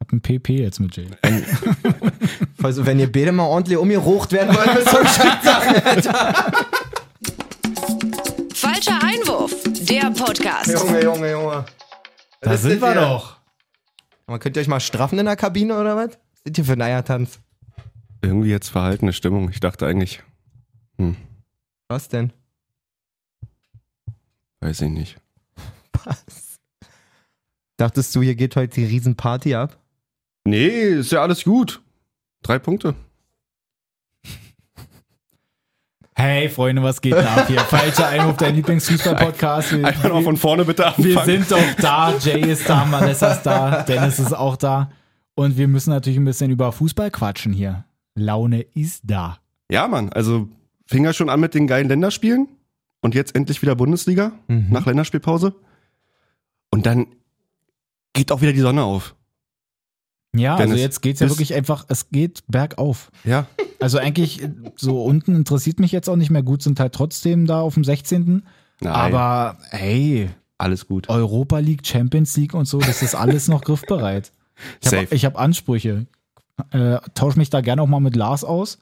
Hab ein PP jetzt mit Jay. Also, wenn ihr beide mal ordentlich umgerucht werden wollt, mit so einem Scheiß Sachen, Alter. Falscher Einwurf, der Podcast. Junge, Junge, Junge. Da sind wir doch. Man könnt ihr euch mal straffen in der Kabine oder was? Sind ihr für Neiertanz? Irgendwie jetzt verhaltene Stimmung. Ich dachte eigentlich, hm, Was denn? weiß ich nicht. Was? Dachtest du, hier geht heute die Riesenparty ab? Nee, ist ja alles gut. Drei Punkte. Hey Freunde, was geht denn ab hier? Falscher Einwurf, dein Lieblingsfußball-Podcast. Wir, Einfach noch von vorne bitte anfangen. wir sind doch da. Jay ist da, Malessa ist da, Dennis ist auch da. Und wir müssen natürlich ein bisschen über Fußball quatschen hier. Laune ist da. Ja, Mann. Also fing ja schon an mit den geilen Länderspielen und jetzt endlich wieder Bundesliga Mhm. nach Länderspielpause. Und dann geht auch wieder die Sonne auf. Ja, also Dennis, jetzt geht's ja bis- wirklich einfach, es geht bergauf. Ja. Also eigentlich äh, so unten interessiert mich jetzt auch nicht mehr. Gut sind halt trotzdem da auf dem 16. Aber hey, alles gut. Europa League, Champions League und so, das ist alles noch griffbereit. Ich habe Safe. hab Ansprüche. Äh, tausch mich da gerne auch mal mit Lars aus.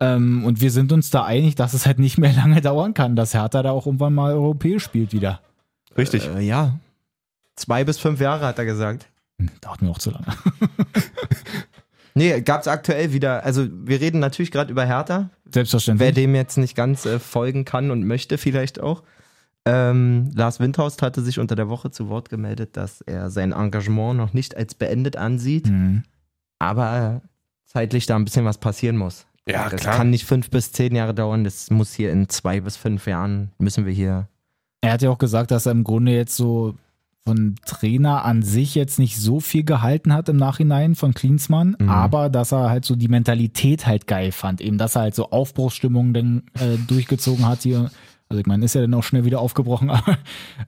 Ähm, und wir sind uns da einig, dass es halt nicht mehr lange dauern kann, dass Hertha da auch irgendwann mal europäisch spielt wieder. Richtig. Äh, ja. Zwei bis fünf Jahre, hat er gesagt. Hm, Dauert mir auch zu lange. Nee, gab's aktuell wieder. Also, wir reden natürlich gerade über Hertha. Wer Selbstverständlich. dem jetzt nicht ganz äh, folgen kann und möchte, vielleicht auch. Ähm, Lars Windhorst hatte sich unter der Woche zu Wort gemeldet, dass er sein Engagement noch nicht als beendet ansieht, Hm. aber zeitlich da ein bisschen was passieren muss. Ja, das klar. kann nicht fünf bis zehn Jahre dauern, das muss hier in zwei bis fünf Jahren, müssen wir hier. Er hat ja auch gesagt, dass er im Grunde jetzt so von Trainer an sich jetzt nicht so viel gehalten hat im Nachhinein von Klinsmann, Mhm. aber dass er halt so die Mentalität halt geil fand, eben dass er halt so Aufbruchsstimmung dann äh, durchgezogen hat hier. Also ich meine, ist ja dann auch schnell wieder aufgebrochen. aber,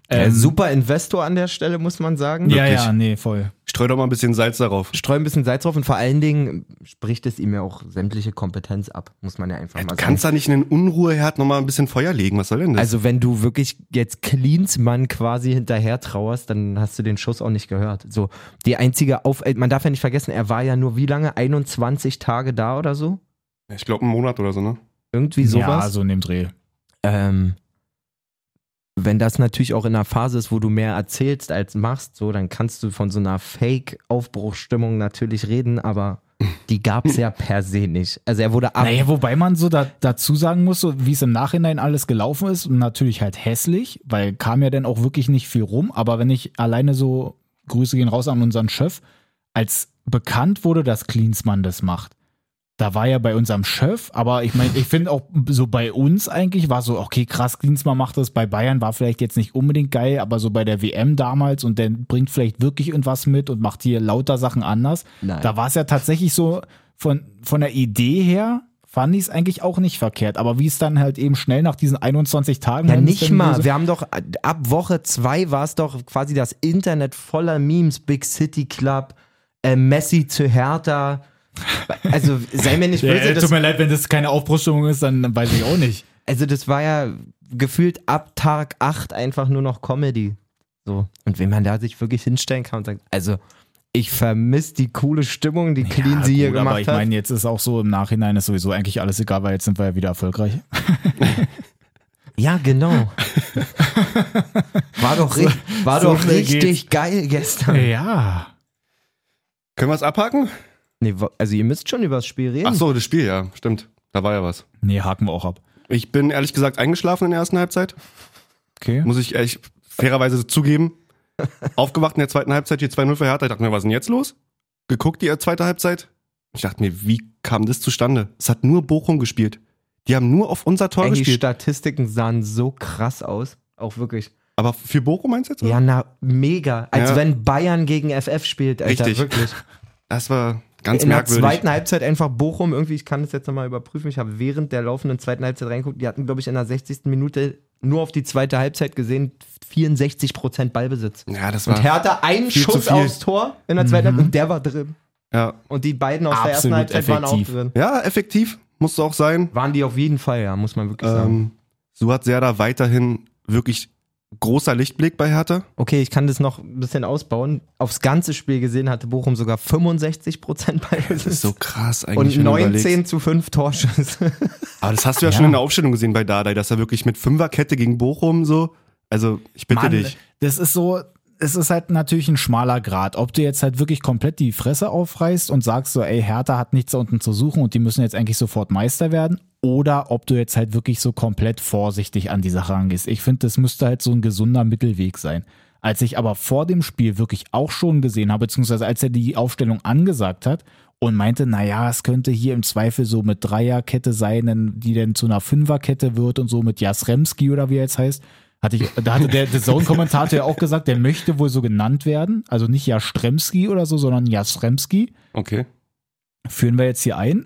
Äh, ähm, super Investor an der Stelle, muss man sagen. Ja, Wirklich. ja, nee, voll. Streu doch mal ein bisschen Salz darauf. Streu ein bisschen Salz drauf und vor allen Dingen spricht es ihm ja auch sämtliche Kompetenz ab, muss man ja einfach Du mal sagen. kannst da nicht in den Unruheherd nochmal ein bisschen Feuer legen. Was soll denn das? Also wenn du wirklich jetzt Cleansmann quasi hinterher trauerst, dann hast du den Schuss auch nicht gehört. So die einzige Auf äh, man darf ja nicht vergessen, er war ja nur wie lange 21 Tage da oder so, Also- ich glaube, einen Monat oder so, ne? irgendwie sowas. Ja, also so in dem Dreh. ähm, wenn das natürlich auch in einer Phase ist, wo du mehr erzählst als machst, so dann kannst du von so einer Fake Aufbruchstimmung natürlich reden, aber die gab's ja per se nicht. Also er wurde ab Naja, wobei man so da, dazu sagen muss, so wie es im Nachhinein alles gelaufen ist, und natürlich halt hässlich, weil kam ja dann auch wirklich nicht viel rum. Aber wenn ich alleine so, Grüße gehen raus an unseren Chef, als bekannt wurde, dass Klinsmann das macht, da war ja bei unserem Chef, aber ich meine, ich finde auch so bei uns eigentlich war so, okay, krass, Klinsmann macht das, bei Bayern war vielleicht jetzt nicht unbedingt geil, aber so bei der WM damals und der bringt vielleicht wirklich irgendwas mit und macht hier lauter Sachen anders. Nein. Da war es ja tatsächlich so, von, von der Idee her fand ich es eigentlich auch nicht verkehrt, aber wie es dann halt eben schnell nach diesen 21 Tagen. Ja, wenn es nicht dann mal. so- Wir haben doch ab Woche zwei war es doch quasi das Internet voller Memes. Big City Club, äh, Messi zu Hertha. Also sei mir nicht Ja, böse. äh, Das, tut mir leid, wenn das keine Aufbruchstimmung ist, dann weiß ich auch nicht. also das war ja gefühlt ab Tag 8 einfach nur noch Comedy. So. Und wenn man da sich wirklich hinstellen kann und sagt, also ich vermisse die coole Stimmung, die Clean sie hier gut, gemacht aber ich hat. meine, jetzt ist auch so im Nachhinein ist sowieso eigentlich alles egal, weil jetzt sind wir ja wieder erfolgreich. ja, genau. war doch, ri- war so doch schnell richtig geil Hm. gestern. Ja. Können wir es abhaken? Nee, wa- also ihr müsst schon über das Spiel reden. Ach so, das Spiel, ja. Stimmt. Da war ja was. Nee, haken wir auch ab. Ich bin ehrlich gesagt eingeschlafen in der ersten Halbzeit. Okay. Muss ich ehrlich fairerweise zugeben. Aufgewacht in der zweiten Halbzeit, die 2-0 für Hertha. Ich dachte mir, was ist denn jetzt los? Geguckt die zweite Halbzeit. Ich dachte mir, wie kam das zustande? Es hat nur Bochum gespielt. Die haben nur auf unser Tor Ey, die gespielt. Statistiken sahen so krass aus. Auch wirklich. Aber für Bochum meinst du jetzt? Ja, na, mega. Als Ja. wenn Bayern gegen FF spielt, Alter. Richtig. Wirklich. Das war ganz In der merkwürdig. zweiten Halbzeit einfach Bochum irgendwie, ich kann das jetzt nochmal überprüfen, ich habe während der laufenden zweiten Halbzeit reingeguckt, die hatten, glaube ich, in der 60. Minute nur auf die zweite Halbzeit gesehen, 64% Ballbesitz. ja, das Und war. Hertha einen Viel zu Schuss viel. Mhm. aufs Tor in der zweiten Halbzeit und der war drin. Ja. Und die beiden aus der ersten Absolut Halbzeit waren auch effektiv. drin. ja, effektiv. Musste auch sein. Waren die auf jeden Fall, ja, muss man wirklich sagen. Ähm, so hat Serda weiterhin wirklich großer Lichtblick bei Hertha. Okay, ich kann das noch ein bisschen ausbauen. Aufs ganze Spiel gesehen hatte Bochum sogar 65 Prozent Ballbesitz krass und wenn du überlegst. 19 zu 5 Torschüsse. Aber das hast du ja, Ja. schon in der Aufstellung gesehen bei Dardai, dass er wirklich mit Fünferkette gegen Bochum so. Also, ich bitte Mann, dich. Das ist so, es ist halt natürlich ein schmaler Grad. Ob du jetzt halt wirklich komplett die Fresse aufreißt und sagst so, ey, Hertha hat nichts da unten zu suchen und die müssen jetzt eigentlich sofort Meister werden. Oder ob du jetzt halt wirklich so komplett vorsichtig an die Sache rangehst. Ich finde, das müsste halt so ein gesunder Mittelweg sein. Als ich aber vor dem Spiel wirklich auch schon gesehen habe, beziehungsweise als er die Aufstellung angesagt hat und meinte, naja, es könnte hier im Zweifel so mit Dreierkette sein, denn- die dann zu einer Fünferkette wird und so mit Jasremski oder wie er jetzt heißt, hatte ich, da hatte der, der Zone-Kommentator ja auch gesagt, der möchte wohl so genannt werden. Also nicht Jastremski oder so, sondern Jastremski. Okay, Führen wir jetzt hier ein.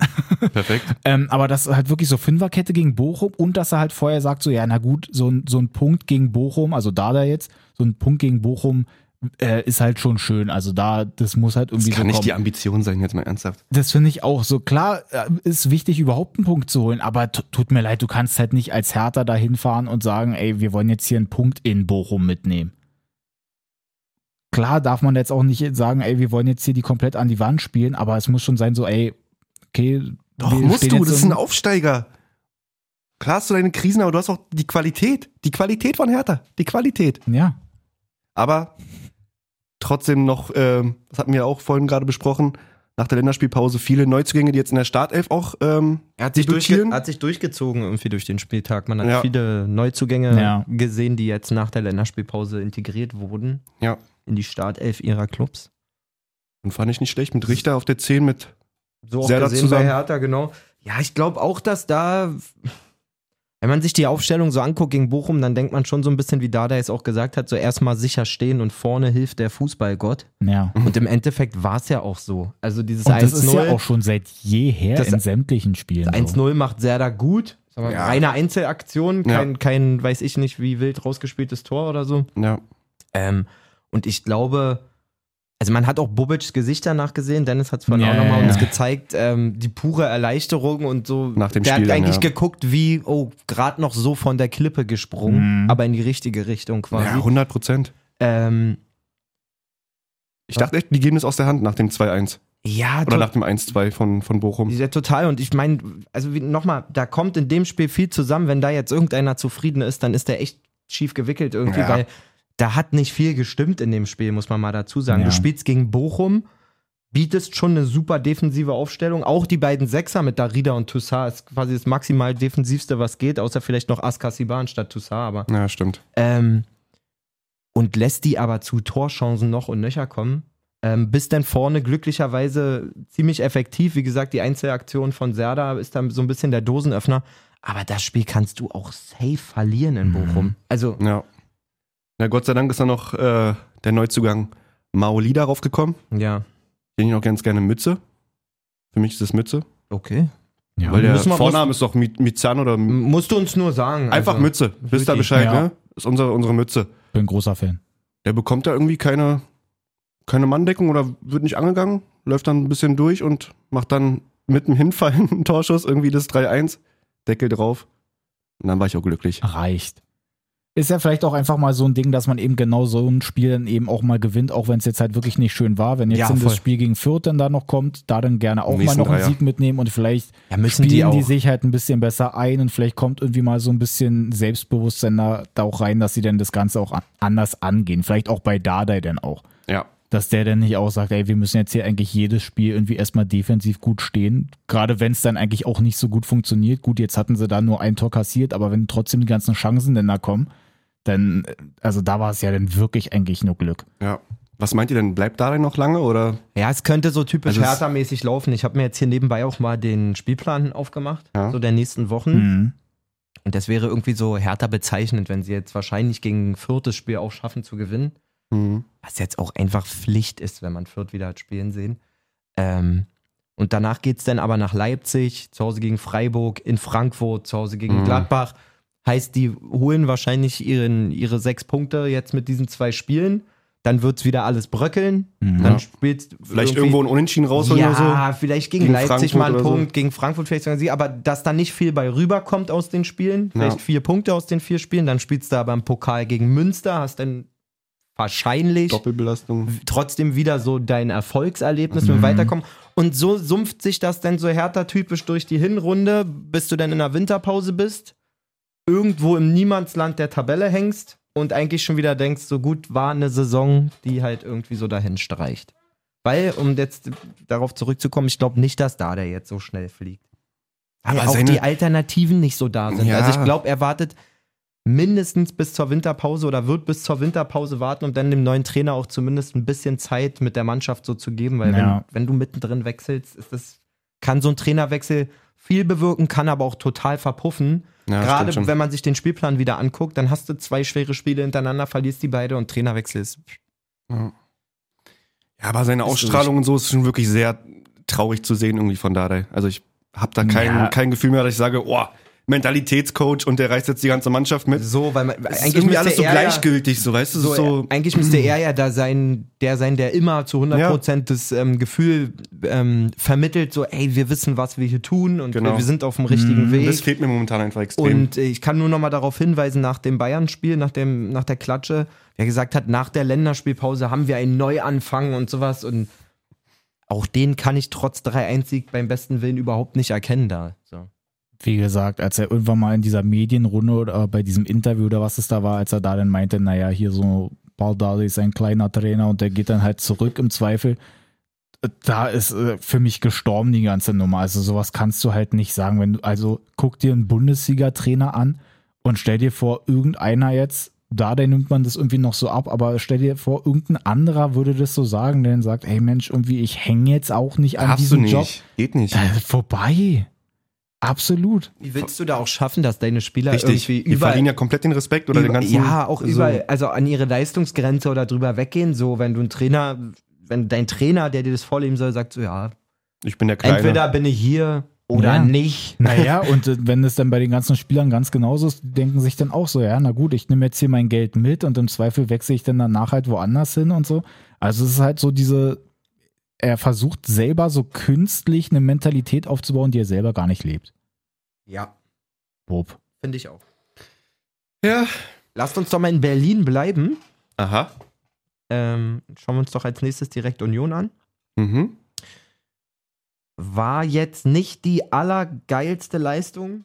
perfekt. Ähm, aber das halt wirklich so Fünferkette gegen Bochum und dass er halt vorher sagt, so, ja, na gut, so ein, so ein Punkt gegen Bochum, also da da jetzt, so ein Punkt gegen Bochum äh, ist halt schon schön. Also da, das muss halt Das irgendwie kann so nicht die kommen. Ambition sein, jetzt mal ernsthaft. Das finde ich auch so. Klar äh, ist wichtig, überhaupt einen Punkt zu holen, aber tu- tut mir leid, du kannst halt nicht als Hertha da hinfahren und sagen, ey, wir wollen jetzt hier einen Punkt in Bochum mitnehmen. Klar darf man jetzt auch nicht sagen, ey, wir wollen jetzt hier die komplett an die Wand spielen, aber es muss schon sein, so, ey, okay. Doch, wir musst stehen du, jetzt das ist so- ein Aufsteiger. Klar hast du deine Krisen, aber du hast auch die Qualität. Die Qualität von Hertha. Die Qualität. Ja, Aber trotzdem noch, ähm, das hatten wir auch vorhin gerade besprochen, nach der Länderspielpause viele Neuzugänge, die jetzt in der Startelf auch ähm, Er hat sich sich, durchge durchge- hat sich durchgezogen irgendwie durch den Spieltag. Man hat Ja. viele Neuzugänge Ja. gesehen, die jetzt nach der Länderspielpause integriert wurden Ja. in die Startelf ihrer Clubs. Und fand ich nicht schlecht mit Richter auf der 10 mit. So auch Sehr dazu gesehen sagen. bei Hertha, genau. Ja, ich glaube auch, dass da, wenn man sich die Aufstellung so anguckt gegen Bochum, dann denkt man schon so ein bisschen, wie Dada es auch gesagt hat, so erstmal sicher stehen und vorne hilft der Fußballgott. ja. Und im Endeffekt war es ja auch so. Also dieses Und das ist 1-0 ja auch schon seit jeher Das- in sämtlichen Spielen. so. 1-0 macht Serda gut. Sag mal, Ja. Reine Einzelaktion, Ja. kein, kein, weiß ich nicht, wie wild rausgespieltes Tor oder so. Ja. Ähm, und ich glaube, also man hat auch Bubic's Gesicht danach gesehen. Dennis hat es vorhin Ja, auch nochmal ja, uns ja. gezeigt. Ähm, die pure Erleichterung und so. Nach dem der Spiel hat dann, eigentlich ja. geguckt, wie, oh, gerade noch so von der Klippe gesprungen, Mhm. aber in die richtige Richtung quasi. ja, 100 Prozent. ähm, Ich dachte echt, die geben das aus der Hand nach dem 2-1. ja Oder to- nach dem 1-2 von, von Bochum. Ja, total. Und ich meine, also nochmal, da kommt in dem Spiel viel zusammen. Wenn da jetzt irgendeiner zufrieden ist, dann ist der echt schief gewickelt irgendwie, Ja. weil da hat nicht viel gestimmt in dem Spiel, muss man mal dazu sagen. Ja. Du spielst gegen Bochum, bietest schon eine super defensive Aufstellung. Auch die beiden Sechser mit Darida und Toussaint ist quasi das maximal defensivste, was geht, außer vielleicht noch Askasiba anstatt Toussaint, aber. Ja, stimmt. Ähm, und lässt die aber zu Torchancen noch und nöcher kommen. Ähm, bis dann vorne glücklicherweise ziemlich effektiv. Wie gesagt, die Einzelaktion von Serda ist dann so ein bisschen der Dosenöffner. Aber das Spiel kannst du auch safe verlieren in Bochum. Also, Ja. Na, Gott sei Dank ist dann noch äh, der Neuzugang Maoli darauf gekommen. ja, Den ich auch ganz gerne Mütze. Für mich ist es Mütze. okay. Ja. weil der müssen wir- Vorname ist doch Mi- Mizan oder Mi- M- Musst du uns nur sagen. einfach also, Mütze. Wisst ihr richtig, Bescheid, ja. ne? Ist unsere, unsere Mütze. bin ein großer Fan. Der bekommt da irgendwie keine, keine Manndeckung oder wird nicht angegangen, läuft dann ein bisschen durch und macht dann mit dem Hinfallen einen Torschuss irgendwie das 3-1, Deckel drauf. Und dann war ich auch glücklich. reicht. Ist ja vielleicht auch einfach mal so ein Ding, dass man eben genau so ein Spiel dann eben auch mal gewinnt, auch wenn es jetzt halt wirklich nicht schön war. Wenn jetzt Ja, dann das voll. Spiel gegen Fürth dann da noch kommt, da dann gerne auch mal Nächsten noch einen Dreier. Sieg mitnehmen und vielleicht Ja, müssen spielen die die, auch. sich halt ein bisschen besser ein und vielleicht kommt irgendwie mal so ein bisschen Selbstbewusstsein da, da auch rein, dass sie dann das Ganze auch an- anders angehen. Vielleicht auch bei Dardai dann auch. Ja. Dass der dann nicht auch sagt, ey, wir müssen jetzt hier eigentlich jedes Spiel irgendwie erstmal defensiv gut stehen. Gerade wenn es dann eigentlich auch nicht so gut funktioniert. Gut, jetzt hatten sie da nur ein Tor kassiert, aber wenn trotzdem die ganzen Chancen denn da kommen, dann, äh, also da war es ja dann wirklich eigentlich nur Glück. Ja. Was meint ihr denn? Bleibt da denn noch lange oder? Ja, es könnte so typisch Also es- Hertha-mäßig laufen. Ich habe mir jetzt hier nebenbei auch mal den Spielplan aufgemacht, Ja. so der nächsten Wochen. Mhm. Und das wäre irgendwie so härter bezeichnend, wenn sie jetzt wahrscheinlich gegen Fürth das Spiel auch schaffen zu gewinnen. Mhm. Was jetzt auch einfach Pflicht ist, wenn man Fürth wieder hat spielen sehen. Ähm, und danach geht es dann aber nach Leipzig, zu Hause gegen Freiburg, in Frankfurt, zu Hause gegen Mhm. Gladbach. Heißt, die holen wahrscheinlich ihren, ihre sechs Punkte jetzt mit diesen zwei Spielen. dann wird wieder alles bröckeln. Mhm. Dann Ja. spielst Vielleicht irgendwie- irgendwo ein Unentschieden raus ja, oder vielleicht gegen, Gegen Leipzig Frankfurt mal einen oder so. Punkt, gegen Frankfurt vielleicht sogar ein Sieg, aber dass da nicht viel bei rüberkommt aus den Spielen, vielleicht Ja. vier Punkte aus den vier Spielen, dann spielst du aber im Pokal gegen Münster, hast dann wahrscheinlich so. Doppelbelastung. trotzdem wieder so dein Erfolgserlebnis mit dem Mhm. Weiterkommen. Und so sumpft sich das dann so härter typisch durch die Hinrunde, bis du dann in der Winterpause bist, irgendwo im Niemandsland der Tabelle hängst und eigentlich schon wieder denkst, so gut war eine Saison, die halt irgendwie so dahin streicht. Weil, um jetzt darauf zurückzukommen, ich glaube nicht, dass da der jetzt so schnell fliegt. Weil Aber auch seine- die Alternativen nicht so da sind. Ja. Also ich glaube, er wartet mindestens bis zur Winterpause oder wird bis zur Winterpause warten, um dann dem neuen Trainer auch zumindest ein bisschen Zeit mit der Mannschaft so zu geben, weil Ja. wenn, wenn du mittendrin wechselst, ist das, kann so ein Trainerwechsel viel bewirken, kann aber auch total verpuffen. Ja, stimmt Gerade schon. wenn man sich den Spielplan wieder anguckt, dann hast du zwei schwere Spiele hintereinander, verlierst die beide und Trainerwechsel ist. Ja, aber seine du Ausstrahlung und so ist schon wirklich sehr traurig zu sehen irgendwie von Dardai. Also ich habe da kein, Ja. kein Gefühl mehr, dass ich sage, oh, Mentalitätscoach und der reißt jetzt die ganze Mannschaft mit. So, weil man, Es ist irgendwie müsste alles so er ja- gleichgültig, so weißt du, so, So, äh, so eigentlich müsste er ja da sein, der sein, der immer zu 100% das ähm, Gefühl ähm, vermittelt, so, ey, wir wissen, was wir hier tun und Genau. wir, wir sind auf dem richtigen das Weg. fehlt mir momentan einfach extrem. Und äh, ich kann nur nochmal darauf hinweisen, nach dem Bayern-Spiel, nach, dem, nach der Klatsche, der gesagt hat, nach der Länderspielpause haben wir einen Neuanfang und sowas und auch den kann ich trotz 3-1-Sieg beim besten Willen überhaupt nicht erkennen da. So. Wie gesagt, als er irgendwann mal in dieser Medienrunde oder bei diesem Interview oder was es da war, als er da dann meinte, naja, hier so Paul Dardai ist ein kleiner Trainer und der geht dann halt zurück im Zweifel. Da ist äh, für mich gestorben die ganze Nummer. Also sowas kannst du halt nicht sagen. Wenn du, also guck dir einen Bundesliga-Trainer an und stell dir vor, irgendeiner jetzt, da der nimmt man das irgendwie noch so ab, aber stell dir vor, irgendein anderer würde das so sagen, der dann sagt, hey Mensch, irgendwie, ich hänge jetzt auch nicht an Darfst du diesem nicht. Job. Geht nicht. Da, vorbei. Absolut. Wie willst du da auch schaffen, dass deine Spieler Richtig. irgendwie Die überall verlieren ja komplett den Respekt oder den Über- ganzen. Ja, auch also, überall, also an ihre Leistungsgrenze oder drüber weggehen, so wenn du ein Trainer, wenn dein Trainer, der dir das vorleben soll, sagt so, ja, Ich bin der Kleine. entweder bin ich hier oder Ja. nicht. Naja, und äh, wenn es dann bei den ganzen Spielern ganz genauso ist, die denken sich dann auch so, ja, na gut, ich nehme jetzt hier mein Geld mit und im Zweifel wechsle ich dann danach halt woanders hin und so. Also es ist halt so diese, er versucht selber so künstlich eine Mentalität aufzubauen, die er selber gar nicht lebt. Ja, Bob. finde ich auch. Ja. Lasst uns doch mal in Berlin bleiben. Aha. Ähm, schauen wir uns doch als nächstes direkt Union an. Mhm. War jetzt nicht die allergeilste Leistung,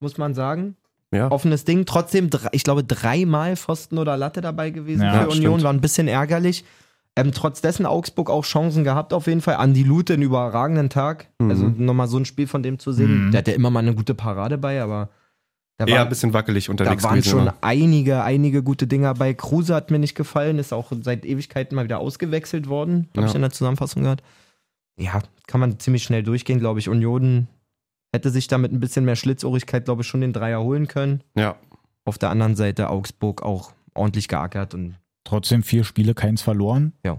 muss man sagen. Ja. offenes Ding. Trotzdem, dr- ich glaube, dreimal Pfosten oder Latte dabei gewesen Ja, für Union. stimmt. War ein bisschen ärgerlich. Ähm, trotz dessen Augsburg auch Chancen gehabt, auf jeden Fall. Andi Lute einen überragenden Tag. Mhm. Also nochmal so ein Spiel von dem zu sehen. Mhm. Der hat ja immer mal eine gute Parade bei, aber da Eher ein waren, bisschen wackelig unterwegs da waren gewesen, schon aber- einige, einige gute Dinger bei. Kruse hat mir nicht gefallen, ist auch seit Ewigkeiten mal wieder ausgewechselt worden. Habe ich Ja. in der Zusammenfassung gehört. Ja, kann man ziemlich schnell durchgehen, glaube ich. Union hätte sich da mit ein bisschen mehr Schlitzohrigkeit, glaube ich, schon den Dreier holen können Ja. auf der anderen Seite Augsburg auch ordentlich geackert und Trotzdem vier Spiele, keins verloren. Ja.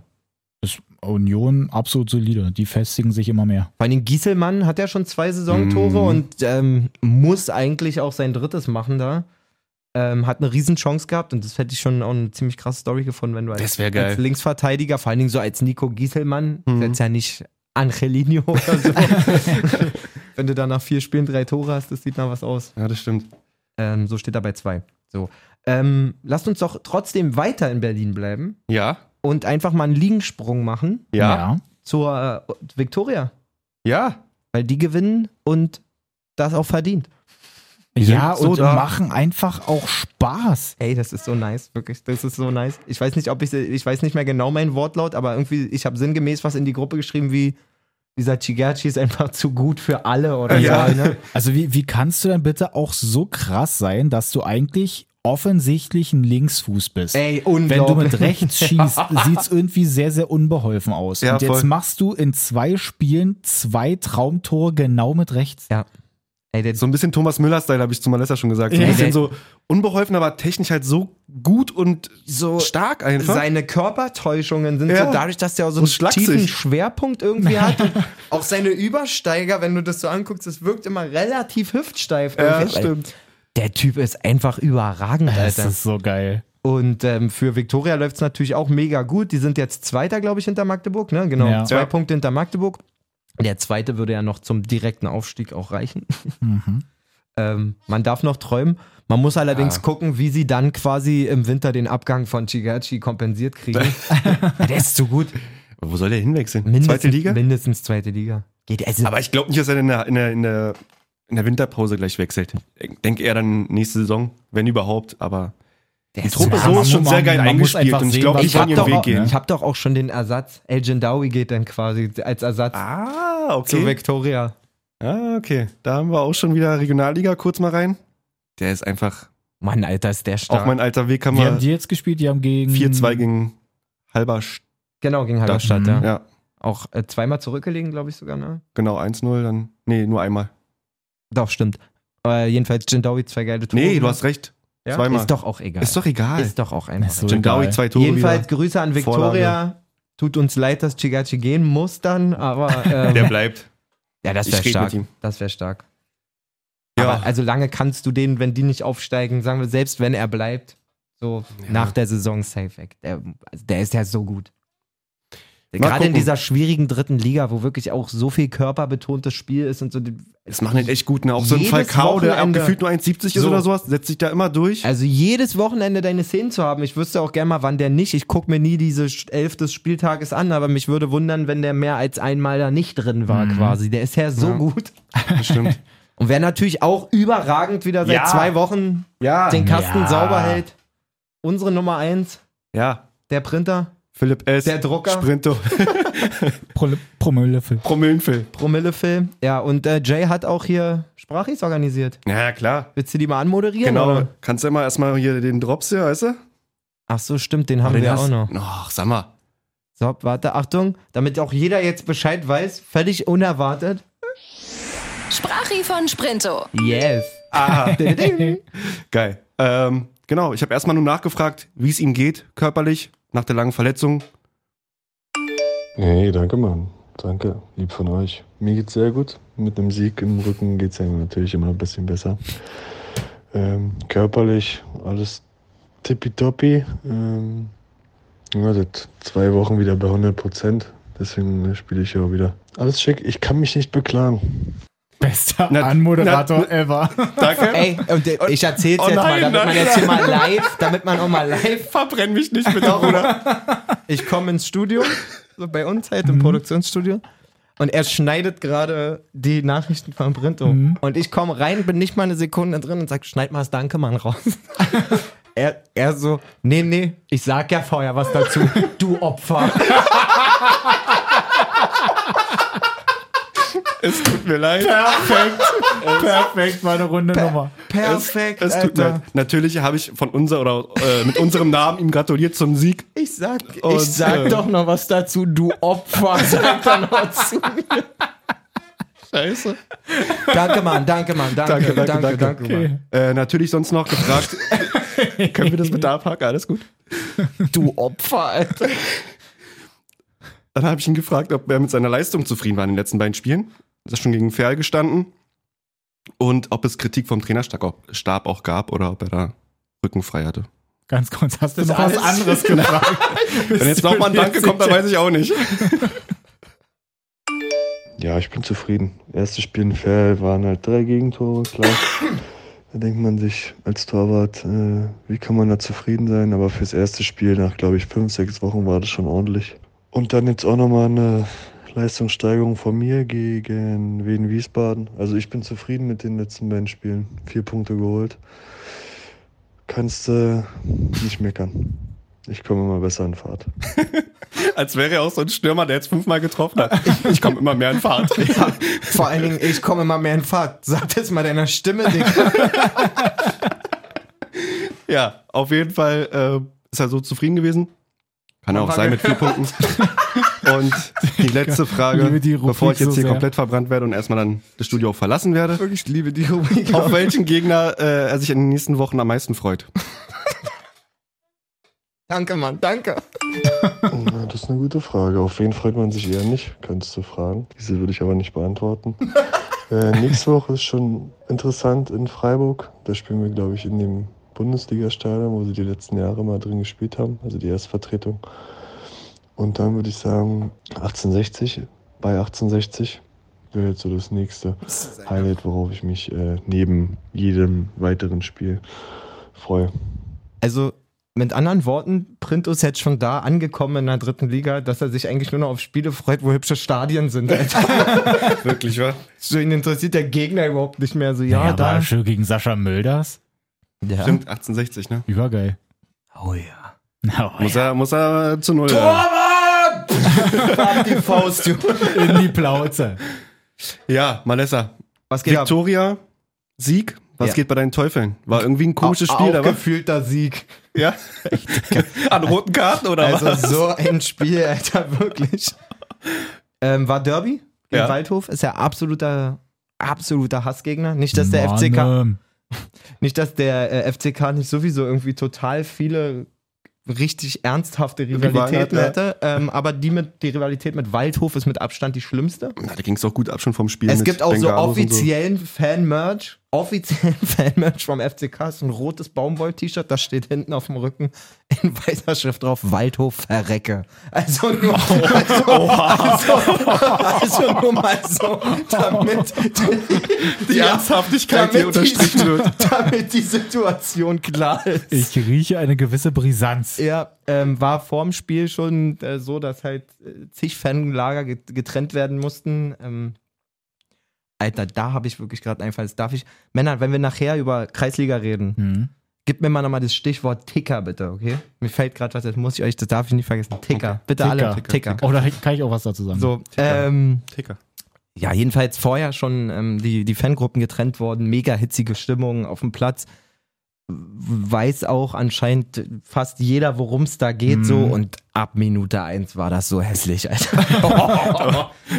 Ist Union absolut solide. Die festigen sich immer mehr. vor allem Gieselmann hat ja schon zwei Saisontore Mhm. und ähm, muss eigentlich auch sein drittes machen da. Ähm, hat eine Riesenchance gehabt und das hätte ich schon auch eine ziemlich krasse Story gefunden, wenn du als, Das wär geil. als Linksverteidiger, vor allen Dingen so als Nico Gieselmann, Mhm. ist jetzt ja nicht Angelino oder so. wenn du da nach vier Spielen drei Tore hast, das sieht nach was aus. ja, das stimmt. Ähm, so steht da bei zwei. So. Ähm, lasst uns doch trotzdem weiter in Berlin bleiben Ja. und einfach mal einen Liegensprung machen. Ja. zur äh, Victoria, Ja. weil die gewinnen und das auch verdient. Ja, sind ja so und da. machen einfach auch Spaß. Ey, das ist so nice, wirklich, das ist so nice. Ich weiß nicht, ob ich ich weiß nicht mehr genau meinen Wortlaut, aber irgendwie ich habe sinngemäß was in die Gruppe geschrieben wie dieser Chigachi ist einfach zu gut für alle oder Ja. so, ne? Also wie, wie kannst du denn bitte auch so krass sein, dass du eigentlich offensichtlich ein Linksfuß bist? Ey, Wenn du unglaublich. mit rechts schießt, sieht's irgendwie sehr, sehr unbeholfen aus. Ja, und jetzt voll. machst du in zwei Spielen zwei Traumtore genau mit rechts. Ey, der, So ein bisschen Thomas Müller-Style, habe ich zu Malessa schon gesagt. So ein Ja. bisschen so unbeholfen, aber technisch halt so gut und so stark einfach. seine Körpertäuschungen sind Ja. so dadurch, dass der auch so Und einen schlaksig. tiefen Schwerpunkt irgendwie hat. Und auch seine Übersteiger, wenn du das so anguckst, das wirkt immer relativ hüftsteif. ja, irgendwie. stimmt. Der Typ ist einfach überragend, Das Alter. ist so geil. Und ähm, für Viktoria läuft es natürlich auch mega gut. Die sind jetzt Zweiter, glaube ich, hinter Magdeburg. Ne? Genau, Ja. zwei Ja. Punkte hinter Magdeburg. Der Zweite würde ja noch zum direkten Aufstieg auch reichen. Mhm. Ähm, man darf noch träumen. Man muss allerdings Ja. gucken, wie sie dann quasi im Winter den Abgang von Chigachi kompensiert kriegen. der ist zu gut. Wo soll der hinwechseln? Mindestens, Zweite Liga? Mindestens zweite Liga. Geht also Aber ich glaube nicht, dass er in der, in, der, in, der, in der Winterpause gleich wechselt. Ich denke eher dann nächste Saison, wenn überhaupt. Aber der die ist Truppe ja, so man ist schon muss- sehr man- geil man muss eingespielt einfach und ich sehen, glaube, was die ich wollen habe ihren doch, Weg auch- ne? gehen. ich hab doch auch schon den Ersatz. El Jindawi geht dann quasi als Ersatz Ah, zu Victoria. Ah, okay. Da haben wir auch schon wieder Regionalliga kurz mal rein. Der ist einfach, Mann, Alter, ist der stark. auch mein alter Weg haben Die haben wir die jetzt gespielt, die haben gegen 4-2 gegen halber St genau, gegen Halberstadt, Mhm. ja. Ja, Auch äh, zweimal zurückgelegen, glaube ich sogar, ne? genau, 1-0, dann. Nee, nur einmal. Doch, stimmt. Äh, jedenfalls Jindawi zwei geile Tore. Nee, du gemacht. hast recht. ja? zweimal. Ist doch auch egal. Ist doch egal. Ist doch auch einfach. Ist so Jindawi egal. zwei Tore Jedenfalls wieder. Grüße an Victoria. Tut uns leid, dass Chigachi gehen muss dann, aber ähm, Der bleibt. ja, das Ich wäre red stark. mit ihm. Das wäre stark. Ja. Aber also lange kannst du den, wenn die nicht aufsteigen, sagen wir, selbst wenn er bleibt, so Ja. nach der Saison safe weg. Der, also der ist ja so gut. Mal Gerade in gucken. dieser schwierigen dritten Liga, wo wirklich auch so viel körperbetontes Spiel ist und so. die- Das machen halt echt gut, ne? Auch so ein Jedes Falcao, der Wochenende. abgefühlt nur 1,70 ist So. oder sowas, setzt sich da immer durch. Also jedes Wochenende deine Szenen zu haben. Ich wüsste auch gerne mal, wann der nicht. Ich gucke mir nie diese Sch- elf des Spieltages an, aber mich würde wundern, wenn der mehr als einmal da nicht drin war Mhm. quasi. Der ist ja so Ja. gut. Das stimmt. Und wäre natürlich auch überragend wieder seit Ja. zwei Wochen Ja. den Kasten Ja. sauber hält. Unsere Nummer eins, Ja. der Printer, Philipp S. Der Drucker. Sprinto. Pro Promillelöffel. Promillenfilm. Promillefilm. Ja, und äh, Jay hat auch hier Sprachis organisiert. Ja, ja, klar. Willst du die mal anmoderieren? Genau. Oder? Kannst du immer erstmal hier den Drops hier, weißt du? Ach so, stimmt, den haben Den wir hast- auch noch. Ach, sag mal. So, warte, Achtung, damit auch jeder jetzt Bescheid weiß, völlig unerwartet. Sprachi von Sprinto. Yes. Ah, Ding. geil. Ähm, genau, ich habe erstmal nur nachgefragt, wie es ihm geht, körperlich, nach der langen Verletzung. Hey, danke, Mann. Danke, lieb von euch. Mir geht's sehr gut. Mit einem Sieg im Rücken geht's einem natürlich immer ein bisschen besser. Ähm, körperlich alles tippitoppi. Ähm, ja, seit zwei Wochen wieder bei 100 Prozent. Deswegen ne, spiele ich ja auch wieder. Alles schick, ich kann mich nicht beklagen. Bester Na- Anmoderator na- ever. Danke. Ey, und äh, ich erzähl's Oh jetzt mal, nein, damit nein, man jetzt hier mal live, damit man auch mal live. verbrenn mich nicht mit Bruder. Ich komme ins Studio, so bei uns halt im Produktionsstudio. Und er schneidet gerade die Nachrichten von Brinto. Und ich komme rein, bin nicht mal eine Sekunde drin und sag, schneid mal das Danke, Mann, raus. er, er so, nee, nee, ich sag ja vorher was dazu. Du Opfer. Es tut mir leid. Perfekt. Perfekt, war eine runde Nummer. Perfekt, Es tut mir Alter. leid. Natürlich habe ich von unser oder äh, mit unserem Namen ihm gratuliert zum Sieg. Ich sag, Und, ich sag äh, doch noch was dazu, du Opfer. Sag doch noch zu mir. Scheiße. Danke, Mann, danke, Mann, danke, danke, danke, danke, Mann. Äh, natürlich sonst noch gefragt, können wir das bitte abhaken? Alles gut. Du Opfer, Alter. Dann habe ich ihn gefragt, ob er mit seiner Leistung zufrieden war in den letzten beiden Spielen. Das ist schon gegen Ferl gestanden. Und ob es Kritik vom Trainerstab auch- Stab auch gab oder ob er da rückenfrei hatte. Ganz kurz, hast du Das noch alles- was anderes gefragt? Wenn jetzt nochmal ein Danke kommt, dann weiß ich auch nicht. Ja, ich bin zufrieden. Erste Spiel in Fair waren halt drei Gegentore, klar. Da denkt man sich als Torwart, äh, wie kann man da zufrieden sein? Aber fürs erste Spiel nach, glaube ich, fünf, sechs Wochen war das schon ordentlich. Und dann jetzt auch nochmal eine Leistungssteigerung von mir gegen Wien Wiesbaden. Also ich bin zufrieden mit den letzten beiden Spielen. Vier Punkte geholt. Kannst äh, nicht meckern. Ich komme immer besser in Fahrt. Als wäre er auch so ein Stürmer, der jetzt fünfmal getroffen hat. Ich, ich komme immer mehr in Fahrt. Vor allen Dingen, ich komme immer mehr in Fahrt. Sag das mal deiner Stimme, Digga. Ja, auf jeden Fall äh, ist er so zufrieden gewesen. Kann auch sein mit vier Punkten. Und die letzte Frage, Liebe die Rubrik bevor ich jetzt so hier sehr. komplett verbrannt werde und erstmal dann das Studio auch verlassen werde. Ich liebe die Rubrik. Auf welchen Gegner äh, er sich in den nächsten Wochen am meisten freut. Danke, Mann, danke. Ja, das ist eine gute Frage. Auf wen freut man sich eher nicht, könntest du fragen. Diese würde ich aber nicht beantworten. äh, nächste Woche ist schon interessant in Freiburg. Da spielen wir, glaube ich, in dem Bundesliga-Stadion, wo sie die letzten Jahre mal drin gespielt haben, also die Erstvertretung. Und dann würde ich sagen 1860, bei 1860 wäre jetzt so das nächste Highlight, worauf ich mich äh, neben jedem weiteren Spiel freue. Also mit anderen Worten, Printo ist jetzt schon da angekommen in der dritten Liga, dass er sich eigentlich nur noch auf Spiele freut, wo hübsche Stadien sind. Alter. Wirklich, wa? so, ihn interessiert der Gegner überhaupt nicht mehr. So, ja, Ja, da. da. Schön gegen Sascha Mölders. Ja. Stimmt, 1860, ne? Übergeil. Oh ja. Na, Muss er, muss er zu null. werden. Torwart! Ab die Faust, Junge. in die Plauze. Ja, Malessa. Was geht ab? Victoria, Sieg. Was Ja. geht bei deinen Teufeln? War irgendwie ein komisches Au- Spiel, aber. Aufgefühlter Sieg. Ja. An roten Karten oder was? Also so ein Spiel, Alter, wirklich. Ähm, war Derby gegen Ja. Waldhof? Ist ja absoluter, absoluter Hassgegner. Nicht, dass der Mann, FCK, ähm, nicht, dass der äh, FCK nicht sowieso irgendwie total viele richtig ernsthafte Rivalen Rivalitäten hat, hätte. Ähm, aber die, mit, die Rivalität mit Waldhof ist mit Abstand die schlimmste. Na, da ging es auch gut ab schon vom Spiel. Es mit gibt auch so Bengalos und offiziellen Fan-Merch. Offiziellen Fan-Merch vom FCK ist ein rotes Baumwoll-T-Shirt, das steht hinten auf dem Rücken in weißer Schrift drauf: Waldhof verrecke. Also nur, also, Oh, also, also nur mal so, damit die, Die Ernsthaftigkeit, die damit unterstrichen wird. damit die Situation klar ist. ich rieche eine gewisse Brisanz. Ja, ähm, war vorm Spiel schon äh, so, dass halt äh, zig Fanlager get- getrennt werden mussten. Ähm, Alter, da habe ich wirklich gerade einen Einfall. Das darf ich. Männer, wenn wir nachher über Kreisliga reden, Hm. gib mir mal nochmal das Stichwort Ticker, bitte, okay? Mir fällt gerade was, das muss ich euch, das darf ich nicht vergessen. Ticker. Bitte alle. Ticker, Ticker. Oh, da kann ich auch was dazu sagen. So, Ticker. ähm, So. Ticker. ja, jedenfalls vorher schon ähm, die, die Fangruppen getrennt worden, mega hitzige Stimmung auf dem Platz. Weiß auch anscheinend fast jeder, worum es da geht, so. Und ab Minute 1 war das so hässlich, Alter. Da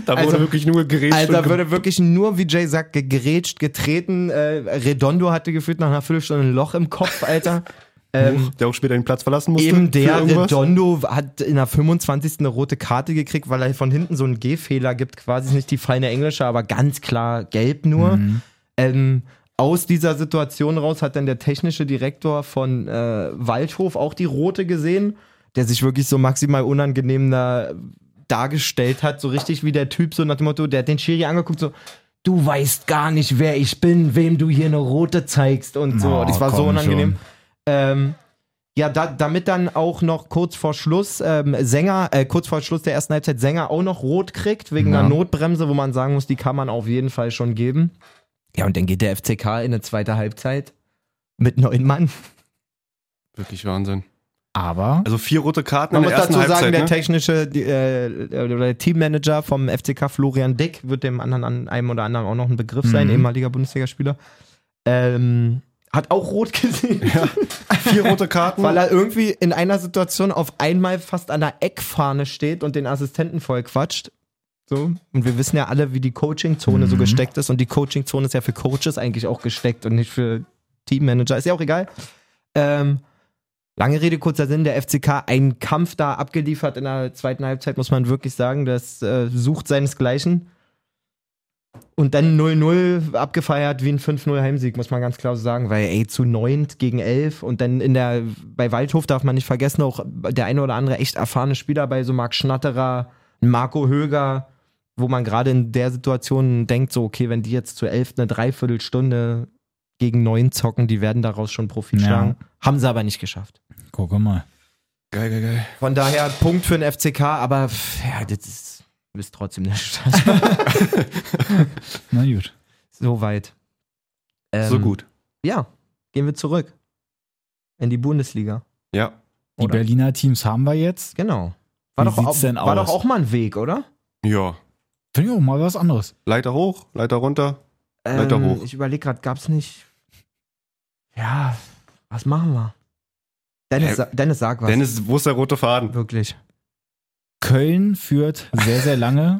wurde Also- wirklich nur geredet. Alter, wurde wirklich nur, wie Jay sagt, gegrätscht, getreten. Äh, Redondo hatte gefühlt nach einer Viertelstunde ein Loch im Kopf, Alter. ähm, der auch später den Platz verlassen musste. Eben für der irgendwas. Redondo hat in der 25. eine rote Karte gekriegt, weil er von hinten so einen Gehfehler gibt, quasi nicht die feine englische, aber ganz klar gelb nur. Ähm, aus dieser Situation raus hat dann der technische Direktor von äh, Waldhof auch die rote gesehen, der sich wirklich so maximal unangenehm da dargestellt hat, so richtig wie der Typ, so nach dem Motto, der hat den Schiri angeguckt, so, du weißt gar nicht, wer ich bin, wem du hier eine rote zeigst und so. Oh, das war so komm unangenehm. schon. Ähm, ja, da, damit dann auch noch kurz vor Schluss ähm, Sänger, äh, kurz vor Schluss der ersten Halbzeit Sänger auch noch rot kriegt, wegen Ja. einer Notbremse, wo man sagen muss, die kann man auf jeden Fall schon geben. Ja, und dann geht der FCK in eine zweite Halbzeit mit neun Mann. Wirklich Wahnsinn. Aber Also vier rote Karten Man in muss der ersten dazu sagen, Halbzeit. der ne? technische die, äh, oder der Teammanager vom FCK Florian Dick wird dem anderen an einem oder anderen auch noch ein Begriff sein, Mhm. ehemaliger Bundesligaspieler. Ähm, hat auch rot gesehen. Vier rote Karten. Weil er irgendwie in einer Situation auf einmal fast an der Eckfahne steht und den Assistenten voll quatscht. So. Und wir wissen ja alle, wie die Coachingzone so Mhm. gesteckt ist. Und die Coachingzone ist ja für Coaches eigentlich auch gesteckt und nicht für Teammanager. Ist ja auch egal. Ähm, lange Rede, kurzer Sinn. Der FCK einen Kampf da abgeliefert in der zweiten Halbzeit, muss man wirklich sagen. Das äh, sucht seinesgleichen. Und dann 0-0 abgefeiert wie ein 5-0 Heimsieg, muss man ganz klar so sagen, weil ey, zu 9 gegen 11 und dann in der, bei Waldhof darf man nicht vergessen, auch der eine oder andere echt erfahrene Spieler bei so Marc Schnatterer, Marco Höger, wo man gerade in der Situation denkt, so okay, wenn die jetzt zu 11 eine Dreiviertelstunde gegen 9 zocken, die werden daraus schon Profit Ja. schlagen. Haben sie aber nicht geschafft. guck mal. geil, geil, geil. Von daher Punkt für den FCK, aber pff, ja, das ist, ist trotzdem der Start. Na gut. Soweit. Ähm, so gut. Ja, gehen wir zurück. In die Bundesliga. Ja. Die Oder? Berliner Teams haben wir jetzt. Genau. Wie War, doch, sieht's auch, denn war aus? doch auch mal ein Weg, oder? Ja. Finde ich auch mal was anderes. Leiter hoch, Leiter runter. Leiter hoch. Ähm, Ich überlege gerade, gab's nicht. Ja, was machen wir? Dennis, Äh, sa- Dennis sag was. Dennis, wo ist der rote Faden? Wirklich. Köln führt sehr, sehr lange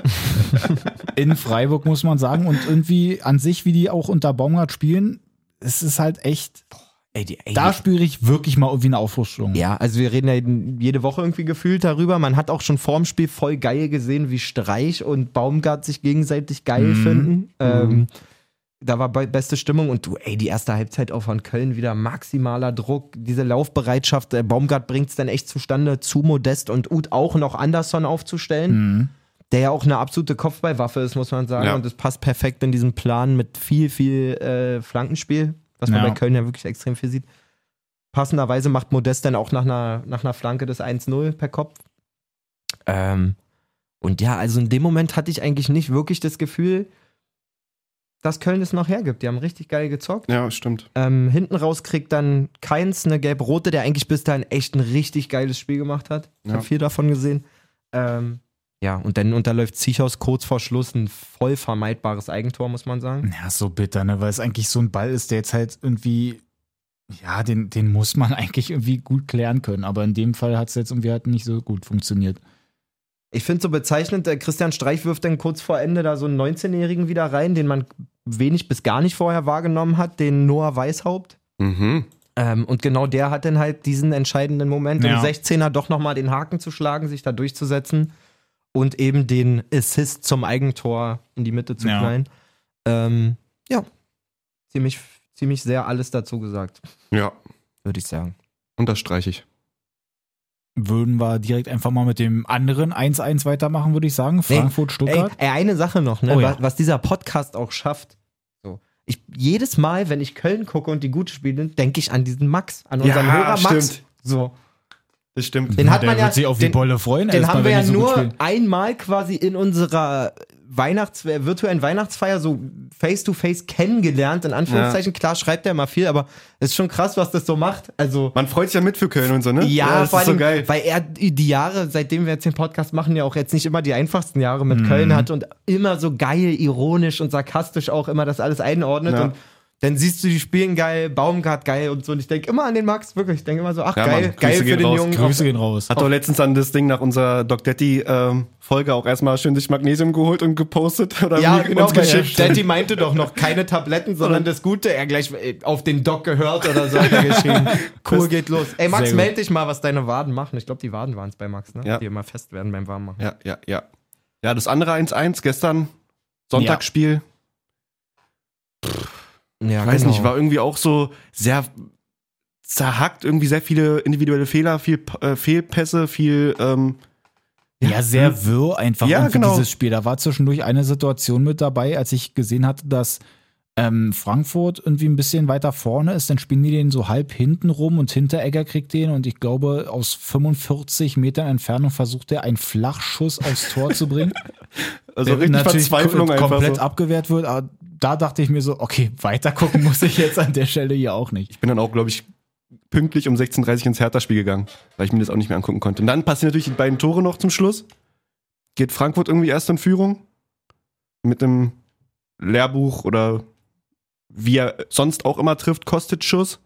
in Freiburg, muss man sagen. Und irgendwie an sich, wie die auch unter Baumgart spielen, es ist halt echt, Ey, die, ey, da spüre ich wirklich mal irgendwie eine Aufrüstung. Ja, also wir reden ja jeden- jede Woche irgendwie gefühlt darüber. Man hat auch schon vorm Spiel voll geil gesehen, wie Streich und Baumgart sich gegenseitig geil Mhm. finden. Ähm, Da war be- beste Stimmung und du, ey, die erste Halbzeit auch von Köln wieder maximaler Druck. Diese Laufbereitschaft, äh, Baumgart bringt es dann echt zustande, zu modest und Ut auch noch Anderson aufzustellen, Mhm. der ja auch eine absolute Kopfballwaffe ist, muss man sagen. Ja. Und es passt perfekt in diesen Plan mit viel, viel äh, Flankenspiel, was man Ja. bei Köln ja wirklich extrem viel sieht. Passenderweise macht Modest dann auch nach einer, nach einer Flanke das 1-0 per Kopf. Ähm, und ja, also in dem Moment hatte ich eigentlich nicht wirklich das Gefühl, dass Köln es noch hergibt. Die haben richtig geil gezockt. Ja, stimmt. Ähm, hinten raus kriegt dann Keins eine gelb-rote, der eigentlich bis dahin echt ein richtig geiles Spiel gemacht hat. Ich Ja. habe viel davon gesehen. Ähm, ja, und dann unterläuft Zichos kurz vor Schluss ein voll vermeidbares Eigentor, muss man sagen. Ja, ist so bitter, ne? Weil es eigentlich so ein Ball ist, der jetzt halt irgendwie, ja, den, den muss man eigentlich irgendwie gut klären können. Aber in dem Fall hat es jetzt irgendwie halt nicht so gut funktioniert. Ich finde so bezeichnend, äh, Christian Streich wirft dann kurz vor Ende da so einen 19-Jährigen wieder rein, den man wenig bis gar nicht vorher wahrgenommen hat, den Noah Weishaupt. Mhm. Ähm, und genau der hat dann halt diesen entscheidenden Moment, Ja. im 16er doch nochmal den Haken zu schlagen, sich da durchzusetzen und eben den Assist zum Eigentor in die Mitte zu Ja. knallen. Ähm, ja, ziemlich, ziemlich sehr alles dazu gesagt, Ja, würde ich sagen. unterstreiche ich. Würden wir direkt einfach mal mit dem anderen 1-1 weitermachen, würde ich sagen. Frankfurt, Ey, Stuttgart. ey, eine Sache noch, ne, Oh wa- ja. was, dieser Podcast auch schafft. So. Ich, jedes Mal, wenn ich Köln gucke und die gut spielen, denke ich an diesen Max, an unseren Hörer Max. stimmt. So. Das stimmt. den hat der man ja- wird sich auf die den- Bolle freuen. Den erstmal, haben wir wenn ja die so gut nur spielen. einmal quasi in unserer Weihnachts äh, virtuellen Weihnachtsfeier so face to face kennengelernt, in Anführungszeichen. Klar schreibt er mal viel, aber es ist schon krass, was das so macht. Also Man freut sich ja mit für Köln und so, ne? ja, das vor ist allem, so geil. weil er die Jahre, seitdem wir jetzt den Podcast machen, ja auch jetzt nicht immer die einfachsten Jahre Mhm. mit Köln hat und immer so geil, ironisch und sarkastisch auch immer das alles einordnet Ja. und dann siehst du die spielen geil, Baumgart geil und so und ich denke immer an den Max, wirklich, ich denke immer so, ach Ja, geil, Mann, geil Grüße für gehen den raus, Jungen. Grüße gehen raus. Hat doch letztens an das Ding nach unserer Doc Daddy-Folge auch erstmal schön sich Magnesium geholt und gepostet oder Ja, mir- genau, uns weil geschickt. Daddy meinte doch noch keine Tabletten, sondern das Gute. Er gleich äh, auf den Doc gehört oder so hat er geschrieben. Cool, geht los. Ey, Max, Sehr gut. meld dich mal, was deine Waden machen. Ich glaube, die Waden waren es bei Max, ne? Ja. Die immer fest werden beim Warmmachen. Ja, ja, ja. Ja, das andere 1-1 gestern, Sonntagsspiel. Ja, Ich weiß nicht, war irgendwie auch so sehr zerhackt, irgendwie sehr viele individuelle Fehler, viel P- äh, Fehlpässe, viel ähm, Ja, sehr wirr einfach Hm. Ja, irgendwie genau. dieses Spiel. Da war zwischendurch eine Situation mit dabei, als ich gesehen hatte, dass ähm, Frankfurt irgendwie ein bisschen weiter vorne ist, dann spielen die den so halb hinten rum und Hinteregger kriegt den und ich glaube, aus 45 Metern Entfernung versucht er einen Flachschuss aufs Tor zu bringen. also Der richtig natürlich Verzweiflung ko- einfach. komplett So. abgewehrt wird, aber da dachte ich mir so, okay, weiter gucken muss ich jetzt an der Stelle hier auch nicht. Ich bin dann auch, glaube ich, pünktlich um 16.30 Uhr ins Hertha-Spiel gegangen, weil ich mir das auch nicht mehr angucken konnte. Und dann passen natürlich die beiden Tore noch zum Schluss. Geht Frankfurt irgendwie erst in Führung mit einem Lehrbuch oder wie er sonst auch immer trifft, Kostic-Schuss.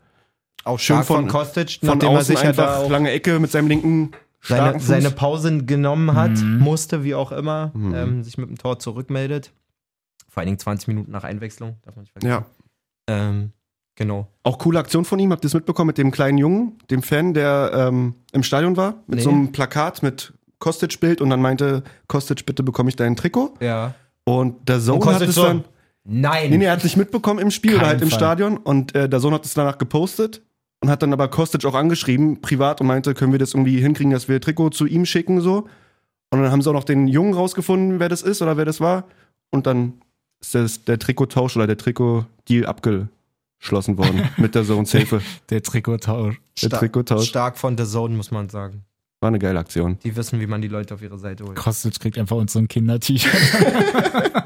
auch schön schön von von- Kostic, Von nachdem er außen sich ja da einfach auch lange Ecke mit seinem linken seine, starken Fuß. seine Pause genommen hat, Mhm. musste, wie auch immer, Mhm. ähm, sich mit dem Tor zurückmeldet. Vor allen Dingen 20 Minuten nach Einwechslung, darf man nicht vergessen. ja. Ähm, genau. Auch coole Aktion von ihm. Habt ihr das mitbekommen mit dem kleinen Jungen, dem Fan, der ähm, im Stadion war? Mit Nee. so einem Plakat mit Kostic-Bild und dann meinte Kostic, bitte bekomme ich dein Trikot. Ja. Und der Sohn Und Kostic hat es so, dann. Nein. Nee, nee, er hat es nicht mitbekommen im Spiel oder Keinen halt im Fall. Stadion. Und äh, der Sohn hat es danach gepostet und hat dann aber Kostic auch angeschrieben, privat, und meinte, können wir das irgendwie hinkriegen, dass wir Trikot zu ihm schicken, so. Und dann haben sie auch noch den Jungen rausgefunden, wer das ist oder wer das war. Und dann ist das, der Trikottausch oder der Trikotdeal abgeschlossen worden mit der Sohns Hilfe. Der Trikottausch. Der Trikottausch. Stark von The Zone, muss man sagen. War eine geile Aktion. Die wissen, wie man die Leute auf ihre Seite holt. Kostic kriegt einfach uns so ein Kinder-T-Shirt.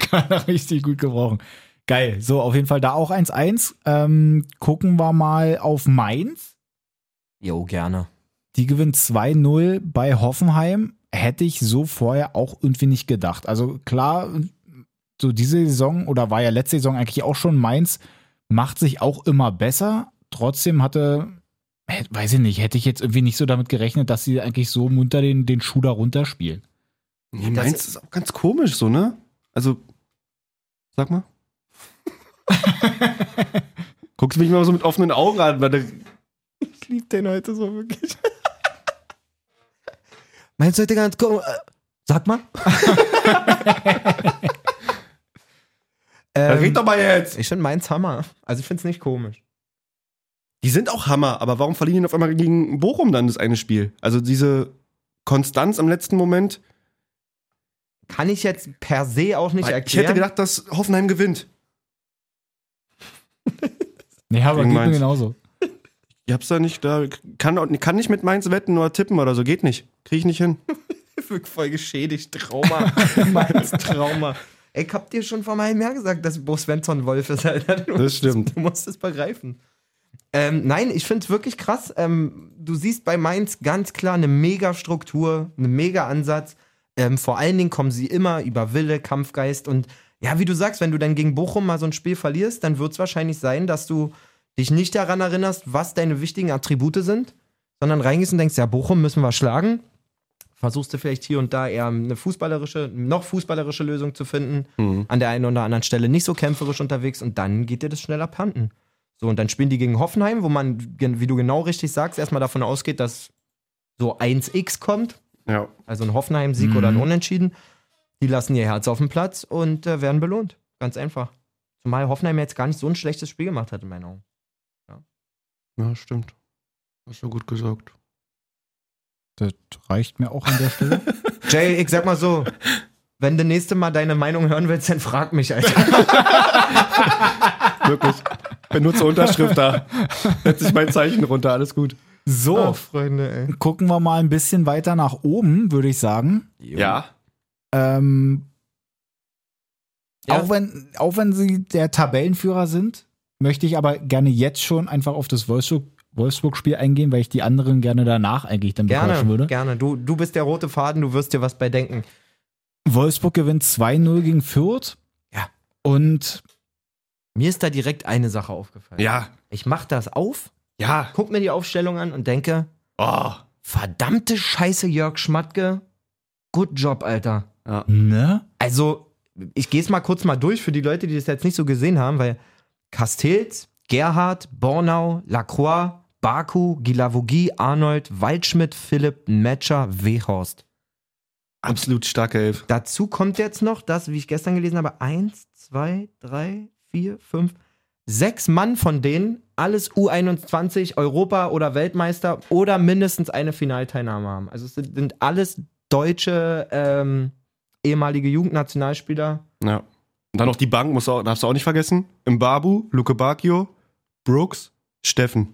Kann er richtig gut gebrauchen. Geil. So, auf jeden Fall da auch 1-1. Ähm, gucken wir mal auf Mainz. Jo, gerne. Die gewinnt 2-0 bei Hoffenheim. Hätte ich so vorher auch irgendwie nicht gedacht. Also klar, so diese Saison oder war ja letzte Saison eigentlich auch schon Mainz, macht sich auch immer besser. Trotzdem hatte, hä- weiß ich nicht, hätte ich jetzt irgendwie nicht so damit gerechnet, dass sie eigentlich so munter den, den Schuh da runterspielen. Nee, Das- meins ist auch ganz komisch so, ne? Also, sag mal. Guckst mich mal so mit offenen Augen an, weil der, Ich lieb den heute so wirklich. Meinst du heute ganz cool? äh, Sag mal. ähm, doch mal jetzt! Ich finde meins Hammer. Also ich finde es nicht komisch. Die sind auch Hammer, aber warum verlieren die auf einmal gegen Bochum dann das eine Spiel? Also diese Konstanz am letzten Moment. Kann ich jetzt per se auch nicht Weil ich erklären. hätte gedacht, dass Hoffenheim gewinnt. Ja, aber Gegen geht mir Mainz. genauso. Ich hab's da nicht, da kann, kann nicht mit Mainz wetten oder tippen oder so, geht nicht. Krieg ich nicht hin. Ich bin voll geschädigt. Trauma. meins Trauma. Ey, ich hab dir schon vor einem halben Jahr gesagt, dass Bo Svensson Wolf ist, Alter. Du Das stimmt. Du musst es begreifen. Ähm, nein, ich finde es wirklich krass. Ähm, du siehst bei Mainz ganz klar eine Mega-Struktur, einen Mega-Ansatz. Ähm, vor allen Dingen kommen sie immer über Wille, Kampfgeist und ja, wie du sagst, wenn du dann gegen Bochum mal so ein Spiel verlierst, dann wird es wahrscheinlich sein, dass du dich nicht daran erinnerst, was deine wichtigen Attribute sind, sondern reingehst und denkst, ja, Bochum müssen wir schlagen. Versuchst du vielleicht hier und da eher eine fußballerische, noch fußballerische Lösung zu finden Hm. an der einen oder anderen Stelle nicht so kämpferisch unterwegs und dann geht dir das schnell abhanden. So, und dann spielen die gegen Hoffenheim, wo man, gen- wie du genau richtig sagst, erstmal davon ausgeht, dass so 1x kommt, Ja. also ein Hoffenheim-Sieg Mhm. oder ein Unentschieden. Die lassen ihr Herz auf den Platz und äh, werden belohnt. Ganz einfach. Zumal Hoffenheim jetzt gar nicht so ein schlechtes Spiel gemacht hat, in meinen Augen. Ja, stimmt. Hast du gut gesagt. Das reicht mir auch an der Stelle. Jay, ich sag mal so, wenn du nächste Mal deine Meinung hören willst, dann frag mich, Alter. Wirklich. Benutze Unterschrift da. Setz ich mein Zeichen runter, alles gut. So, Freunde, ey. Äh, gucken wir mal ein bisschen weiter nach oben, würde ich sagen. Ja. Ähm, Ja. auch, wenn, auch wenn sie der Tabellenführer sind, möchte ich aber gerne jetzt schon einfach auf das Wolfsburg- Wolfsburg-Spiel eingehen, weil ich die anderen gerne danach eigentlich dann bequatschen Gerne, würde. gerne. Du, du bist der rote Faden, du wirst dir was bei denken. Wolfsburg gewinnt 2-0 gegen Fürth. Ja. Und Mir ist da direkt eine Sache aufgefallen. Ja. Ich mach das auf, Ja. guck mir die Aufstellung an und denke, Oh. verdammte Scheiße, Jörg Schmatke. Good job, Alter. ne? Also, ich gehe es mal kurz mal durch für die Leute, die das jetzt nicht so gesehen haben, weil Castells, Gerhard, Bornau, Lacroix, Baku, Gilavogi, Arnold, Waldschmidt, Philipp, Metscher, Wehorst. Absolut starke Elf. Dazu kommt jetzt noch, dass, wie ich gestern gelesen habe, eins, zwei, drei, vier, fünf, sechs Mann von denen alles U21, Europa- oder Weltmeister oder mindestens eine Finalteilnahme haben. Also es sind, sind alles deutsche ähm, ehemalige Jugendnationalspieler. Ja. Und dann noch die Bank, musst du auch, darfst du auch nicht vergessen. Mbabu, Luke Bacchio, Brooks, Steffen.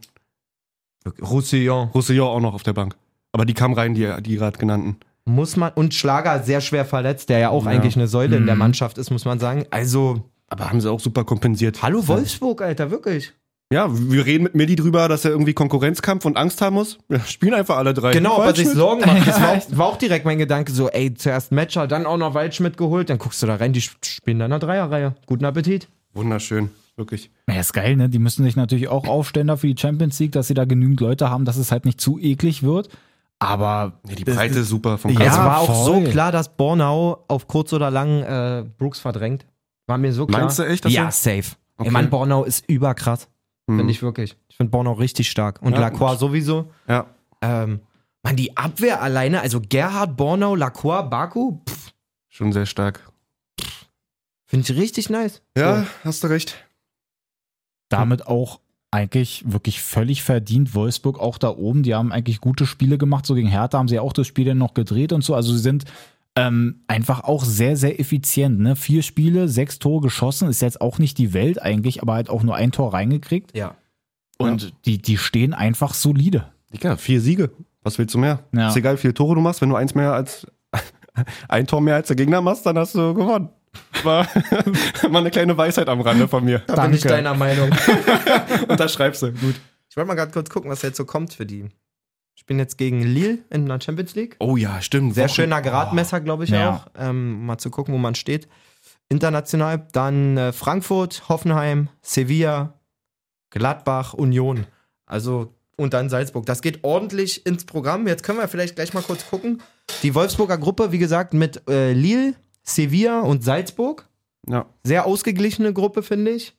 Roussillon. Roussillon auch noch auf der Bank. Aber die kamen rein, die, die gerade genannten. Muss man, und Schlager sehr schwer verletzt, der ja auch Ja. eigentlich eine Säule in der Mhm. Mannschaft ist, muss man sagen. Also, Aber haben sie auch super kompensiert. hallo Wolfsburg, Alter, wirklich. Ja, wir reden mit Milli drüber, dass er irgendwie Konkurrenzkampf und Angst haben muss. Wir spielen einfach alle drei. Genau, ob er sich Waldschmidt. Sorgen macht. Das war auch, war auch direkt mein Gedanke, so, ey, zuerst Matcher, dann auch noch Waldschmidt geholt, dann guckst du da rein, die sp- spielen da in einer Dreierreihe. Guten Appetit. Wunderschön, wirklich. Ja, ist geil, ne? Die müssen sich natürlich auch aufstellen da für die Champions League, dass sie da genügend Leute haben, dass es halt nicht zu eklig wird. Aber Nee, die das- Breite ist super vom Ja, es Kader. Also war auch voll. so klar, dass Bornau auf kurz oder lang äh, Brooks verdrängt. War mir so klar. Meinst du echt, dass Ja, er- safe. Okay. Ey, Mann, Bornau ist überkrass. Mhm. Finde ich wirklich. Ich finde Bornau richtig stark. Und Ja, Lacroix sowieso. Ja. Ähm, Mann, die Abwehr alleine, also Gerhard, Bornau, Lacroix, Baku, pff, Schon sehr stark. finde ich richtig nice. Ja, hast du recht. damit auch eigentlich wirklich völlig verdient. Wolfsburg auch da oben, die haben eigentlich gute Spiele gemacht. So gegen Hertha haben sie ja auch das Spiel dann noch gedreht und so. Also sie sind ähm, einfach auch sehr, sehr effizient. Ne? Vier Spiele, sechs Tore geschossen, ist jetzt auch nicht die Welt eigentlich, aber halt auch nur ein Tor reingekriegt. Ja. Und die, die stehen einfach solide. Digga, vier Siege. Was willst du mehr? Ja. Ist egal, wie viele Tore du machst. Wenn du eins mehr als ein Tor mehr als der Gegner machst, dann hast du gewonnen. War, war eine kleine Weisheit am Rande von mir. Da bin ich deiner Meinung. Unterschreibst du. Gut. Ich wollte mal gerade kurz gucken, was jetzt so kommt für die. Ich bin jetzt gegen Lille in der Champions League. Oh ja, stimmt. Sehr Wochen- schöner Gradmesser, glaube ich Ja. auch. Ähm, mal zu gucken, wo man steht. International, dann äh, Frankfurt, Hoffenheim, Sevilla, Gladbach, Union. Also und dann Salzburg. Das geht ordentlich ins Programm. Jetzt können wir vielleicht gleich mal kurz gucken. Die Wolfsburger Gruppe, wie gesagt, mit äh, Lille, Sevilla und Salzburg Ja. sehr ausgeglichene Gruppe, finde ich.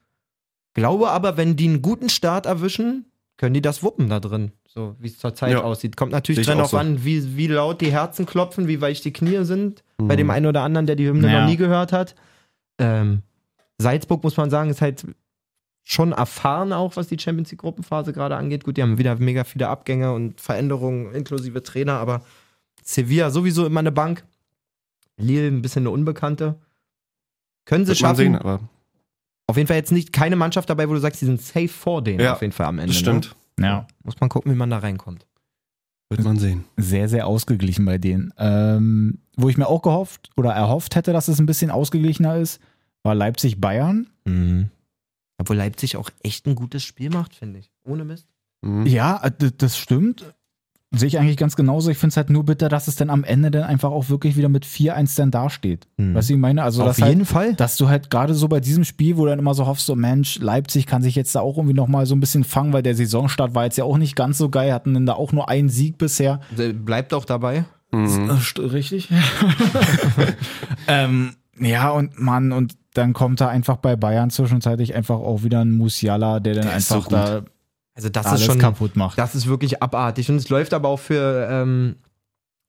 Glaube aber, wenn die einen guten Start erwischen, können die das wuppen da drin, so wie es zurzeit Ja. aussieht. Kommt Sehe natürlich ich dran auch auch so. an, wie, wie laut die Herzen Mhm. Mhm. klopfen, wie weich die Knie sind, bei dem einen oder anderen, der die Hymne Ja. noch nie gehört hat. Ähm, Salzburg, muss man sagen, ist halt schon erfahren auch, was die Champions League Gruppenphase gerade angeht. Gut, die haben wieder mega viele Abgänge und Veränderungen inklusive Trainer, aber Sevilla sowieso immer eine Bank. Lille ein bisschen eine Unbekannte. Können sie Wird man schaffen. sehen, aber Auf jeden Fall jetzt nicht keine Mannschaft dabei, wo du sagst, die sind safe vor denen Ja, auf jeden Fall am Ende. das Ne? stimmt. Ja. Muss man gucken, wie man da reinkommt. Wird man sehen. sehr, sehr ausgeglichen bei denen. Ähm, wo ich mir auch gehofft oder erhofft hätte, dass es ein bisschen ausgeglichener ist, war Leipzig-Bayern. Mhm. Obwohl Leipzig auch echt ein gutes Spiel macht, finde ich. Ohne Mist. Mhm. Ja, äh, d- das stimmt. Sehe ich eigentlich ganz genauso. Ich finde es halt nur bitter, dass es dann am Ende dann einfach auch wirklich wieder mit 4-1 dann dasteht. Mhm. Weißt du, wie ich meine? Also, dass, halt, Fall. dass du halt gerade so bei diesem Spiel, wo du dann immer so hoffst, so Mensch, Leipzig kann sich jetzt da auch irgendwie nochmal so ein bisschen fangen, weil der Saisonstart war jetzt ja auch nicht ganz so geil, hatten dann da auch nur einen Sieg bisher. Bleibt auch dabei. Mhm. Äh, st- Richtig. ähm, ja, und Mann, und dann kommt da einfach bei Bayern zwischenzeitlich einfach auch wieder ein Musiala, der dann Der ist einfach so gut. da Also das alles ist schon, kaputt macht. das ist wirklich abartig. Und es läuft aber auch für ähm,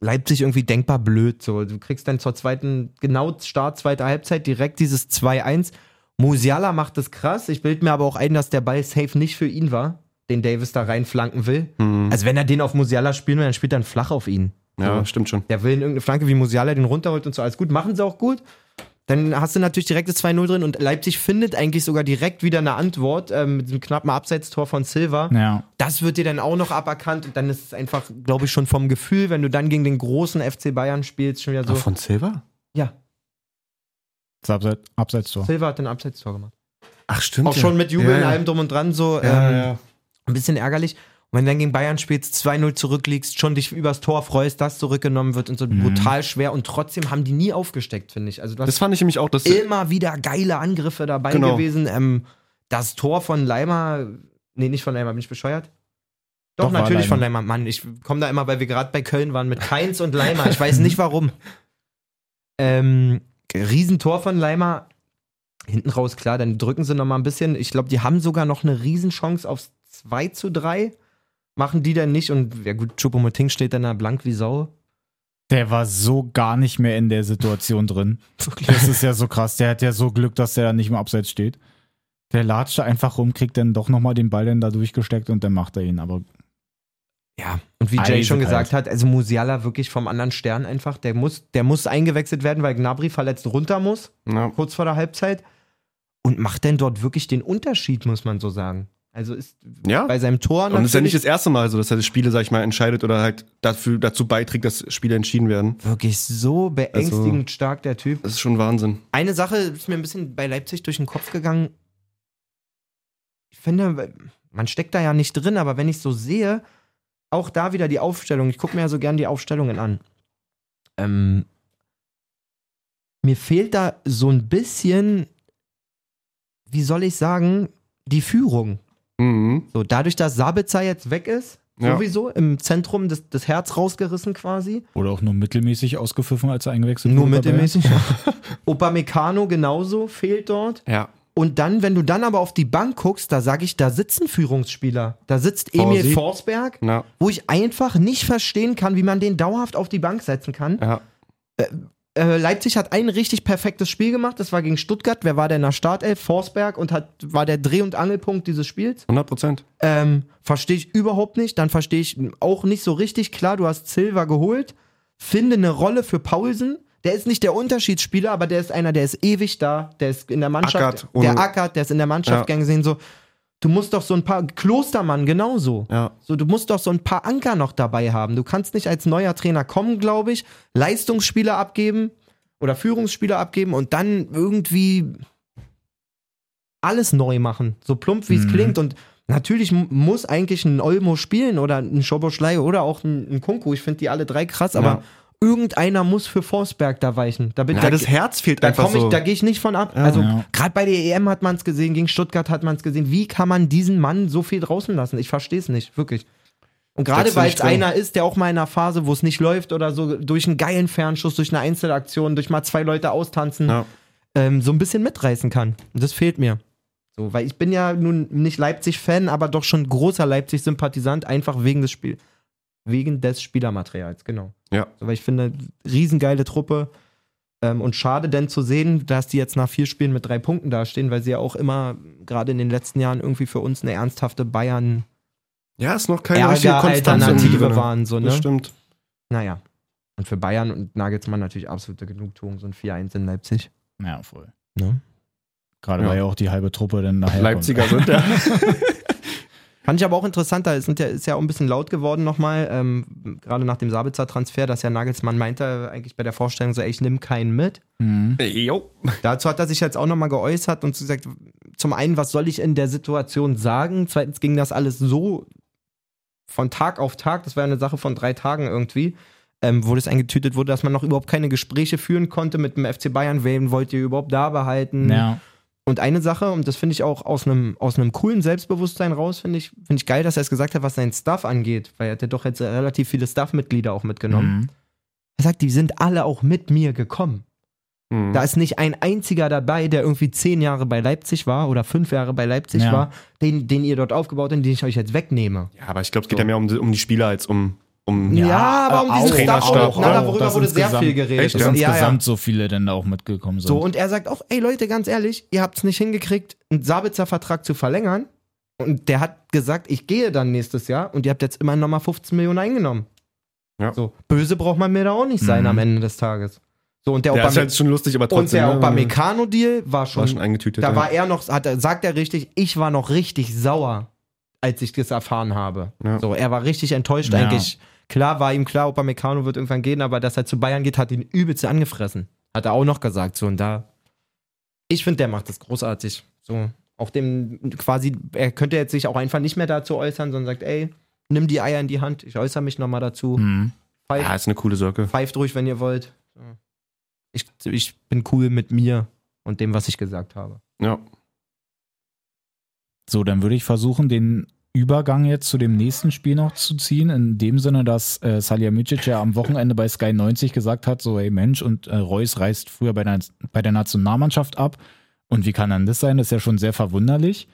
Leipzig irgendwie denkbar blöd. So. Du kriegst dann zur zweiten, genau Start, zweite Halbzeit direkt dieses 2-1. Musiala macht das krass. Ich bilde mir aber auch ein, dass der Ball safe nicht für ihn war, den Davis da reinflanken will. Mhm. Also wenn er den auf Musiala spielen will, dann spielt er einen flach auf ihn. Ja, stimmt schon. Der will in irgendeine Flanke wie Musiala den runterholt und so. Alles gut, machen sie auch gut. Dann hast du natürlich direkt das 2-0 drin und Leipzig findet eigentlich sogar direkt wieder eine Antwort ähm, mit diesem knappen Abseitstor von Silva. Ja, Das wird dir dann auch noch aberkannt und dann ist es einfach, glaube ich, schon vom Gefühl, wenn du dann gegen den großen FC Bayern spielst, schon wieder so. von Silva? ja, das Abseits, Abseitstor. Silva hat ein Abseitstor gemacht. Ach, stimmt. Auch ja. schon mit Jubel Ja, und ja. allem drum und dran so. Ja, ähm, ja. ein bisschen ärgerlich. Und wenn du dann gegen Bayern spielst, 2-0 zurückliegst, schon dich übers Tor freust, das zurückgenommen wird und so Mhm. brutal schwer und trotzdem haben die nie aufgesteckt, finde ich. Also du hast Das fand ich nämlich auch, dass immer wieder geile Angriffe dabei Genau. gewesen. Ähm, das Tor von Leimer, nee, nicht von Leimer, bin ich bescheuert? Doch, Doch, war natürlich Leimer. von Leimer. Mann, ich komme da immer, weil wir gerade bei Köln waren, mit Keins und Leimer. Ich weiß nicht warum. Ähm, Riesentor von Leimer. Hinten raus, klar, dann drücken sie noch mal ein bisschen. Ich glaube, die haben sogar noch eine Riesenchance aufs 2 zu 3. Machen die dann nicht und, ja gut, Chupomoting steht dann da blank wie Sau. Der war so gar nicht mehr in der Situation drin. Das ist ja so krass. Der hat ja so Glück, dass der da nicht mehr abseits steht. Der latscht da einfach rum, kriegt dann doch nochmal den Ball dann da durchgesteckt und dann macht er ihn. Aber Ja, und wie Jay Eisekalt. schon gesagt hat, also Musiala wirklich vom anderen Stern einfach, der muss, der muss eingewechselt werden, weil Gnabry verletzt runter muss, Ja. kurz vor der Halbzeit. Und macht denn dort wirklich den Unterschied, muss man so sagen. Also ist Ja. bei seinem Tor Und es ist ja nicht natürlich das erste Mal so, dass er das Spiele, sag ich mal, entscheidet oder halt dafür, dazu beiträgt, dass Spiele entschieden werden. wirklich so beängstigend Also stark, der Typ. Das ist schon Wahnsinn. Eine Sache ist mir ein bisschen bei Leipzig durch den Kopf gegangen. Ich finde, man steckt da ja nicht drin, aber wenn ich so sehe, auch da wieder die Aufstellung. Ich gucke mir ja so gern die Aufstellungen an. Ähm, mir fehlt da so ein bisschen, wie soll ich sagen, die Führung. Mhm. So, dadurch, dass Sabitzer jetzt weg ist, Ja. sowieso im Zentrum das, das Herz rausgerissen quasi. Oder auch nur mittelmäßig ausgepfiffen, als er eingewechselt Nur wurde. bei Bayern. mittelmäßig. Upamecano genauso fehlt dort. Ja. Und dann, wenn du dann aber auf die Bank guckst, da sage ich, da sitzen Führungsspieler. Da sitzt Emil Forsy. Forsberg, Ja. wo ich einfach nicht verstehen kann, wie man den dauerhaft auf die Bank setzen kann. Ja. Äh, Leipzig hat ein richtig perfektes Spiel gemacht, das war gegen Stuttgart. Wer war denn in der Startelf? Forsberg und hat, war der Dreh- und Angelpunkt dieses Spiels. 100 Prozent. Ähm, verstehe ich überhaupt nicht. Dann verstehe ich auch nicht so richtig. Klar, du hast Silva geholt. Finde eine Rolle für Paulsen. Der ist nicht der Unterschiedsspieler, aber der ist einer, der ist ewig da. Der ist in der Mannschaft. Ackert, ohne- der ackert, der ist in der Mannschaft Ja. gern gesehen. So, du musst doch so ein paar. Klostermann genauso. Ja. So, du musst doch so ein paar Anker noch dabei haben. Du kannst nicht als neuer Trainer kommen, glaube ich, Leistungsspieler abgeben oder Führungsspieler abgeben und dann irgendwie alles neu machen. So plump, wie es Mhm. klingt. Und natürlich mu- muss eigentlich ein Olmo spielen oder ein Schoboschlei oder auch ein, ein Kunku. Ich finde die alle drei krass, aber Ja. irgendeiner muss für Forsberg da weichen. Da, bin, Ja, da, das Herz fehlt da, einfach komm ich, so. da gehe ich nicht von ab. also Ja. gerade bei der EM hat man es gesehen, gegen Stuttgart hat man es gesehen. Wie kann man diesen Mann so viel draußen lassen? Ich verstehe es nicht, wirklich. Und gerade Steckst du weil nicht es drin. einer ist, der auch mal in einer Phase, wo es nicht läuft oder so, durch einen geilen Fernschuss, durch eine Einzelaktion, durch mal zwei Leute austanzen, Ja. ähm, so ein bisschen mitreißen kann. Und das fehlt mir. So, weil ich bin ja nun nicht Leipzig-Fan, aber doch schon großer Leipzig-Sympathisant, einfach wegen des Spiel, wegen des Spielermaterials, genau. Ja. So, weil ich finde, riesengeile Truppe. Ähm, und schade denn zu sehen, dass die jetzt nach vier Spielen mit drei Punkten dastehen, weil sie ja auch immer, gerade in den letzten Jahren, irgendwie für uns eine ernsthafte Bayern-Ärger-Alternative Ja, ist noch keine richtige halt Konstanz. irgendwie drin. waren. So, ne? Das stimmt. Naja. Und für Bayern und Nagelsmann natürlich absolute Genugtuung, so ein 4-1 in Leipzig. Ja, voll. Ne? Gerade Ja. weil ja auch die halbe Truppe dann nachher Leipziger sind ja. Fand ich aber auch interessant, da sind ja, ist ja auch ein bisschen laut geworden nochmal, ähm, gerade nach dem Sabitzer-Transfer, dass ja Nagelsmann meinte, eigentlich bei der Vorstellung so, ey, ich nimm keinen mit. kommt. Mhm. Jo. Dazu hat er sich jetzt auch nochmal geäußert und gesagt, zum einen, was soll ich in der Situation sagen? Zweitens ging das alles so von Tag auf Tag, das war ja eine Sache von drei Tagen irgendwie, ähm, wo das eingetütet wurde, dass man noch überhaupt keine Gespräche führen konnte mit dem FC Bayern. Wen wollt ihr überhaupt da behalten? Ja. Und eine Sache, und das finde ich auch aus einem aus einem coolen Selbstbewusstsein raus, finde ich, finde ich geil, dass er es gesagt hat, was sein Staff angeht, weil er hat ja doch jetzt relativ viele Staff-Mitglieder auch mitgenommen. Mhm. Er sagt, die sind alle auch mit mir gekommen. Mhm. Hm. Da ist nicht ein einziger dabei, der irgendwie zehn Jahre bei Leipzig war oder fünf Jahre bei Leipzig Ja. war, den, den ihr dort aufgebaut habt, den ich euch jetzt wegnehme. Ja, aber ich glaube, es geht ja mehr um, um die Spieler als um. um Ja, äh, auch. Trainerstab, Na, auch. darüber ne? Das wurde sehr insgesamt. viel geredet. Echt, Dass ja? ja, ja. insgesamt so viele denn da auch mitgekommen sind. So, und er sagt auch, ey Leute, ganz ehrlich, ihr habt es nicht hingekriegt, einen Sabitzer-Vertrag zu verlängern. Und der hat gesagt, ich gehe dann nächstes Jahr und ihr habt jetzt immerhin nochmal 15 Millionen eingenommen. Ja. So, böse braucht man mir da auch nicht sein Mhm. am Ende des Tages. So, und der, Der Obame- ist halt schon lustig, aber und trotzdem. der ne? Opamecano-Deal war schon, war schon eingetütet. da ja. war er noch, hat, er- sagt er richtig, ich war noch richtig sauer, als ich das erfahren habe. Ja. So, er war richtig enttäuscht Ja. eigentlich. Klar war ihm klar, Upamecano wird irgendwann gehen, aber dass er zu Bayern geht, hat ihn übelst angefressen. Hat er auch noch gesagt. So, und da, ich finde, der macht das großartig. So, auch dem quasi, er könnte jetzt sich auch einfach nicht mehr dazu äußern, sondern sagt, ey, nimm die Eier in die Hand, ich äußere mich nochmal dazu. Mhm. ja, ist eine coole Socke. Pfeift ruhig, wenn ihr wollt. So. Ich, ich bin cool mit mir und dem, was ich gesagt habe. Ja. So, dann würde ich versuchen, den Übergang jetzt zu dem nächsten Spiel noch zu ziehen, in dem Sinne, dass äh, Salihamidzic ja am Wochenende bei Sky 90 gesagt hat, so, hey Mensch, und äh, Reus reist früher bei der, bei der Nationalmannschaft ab. Und wie kann dann das sein? Das ist ja schon sehr verwunderlich.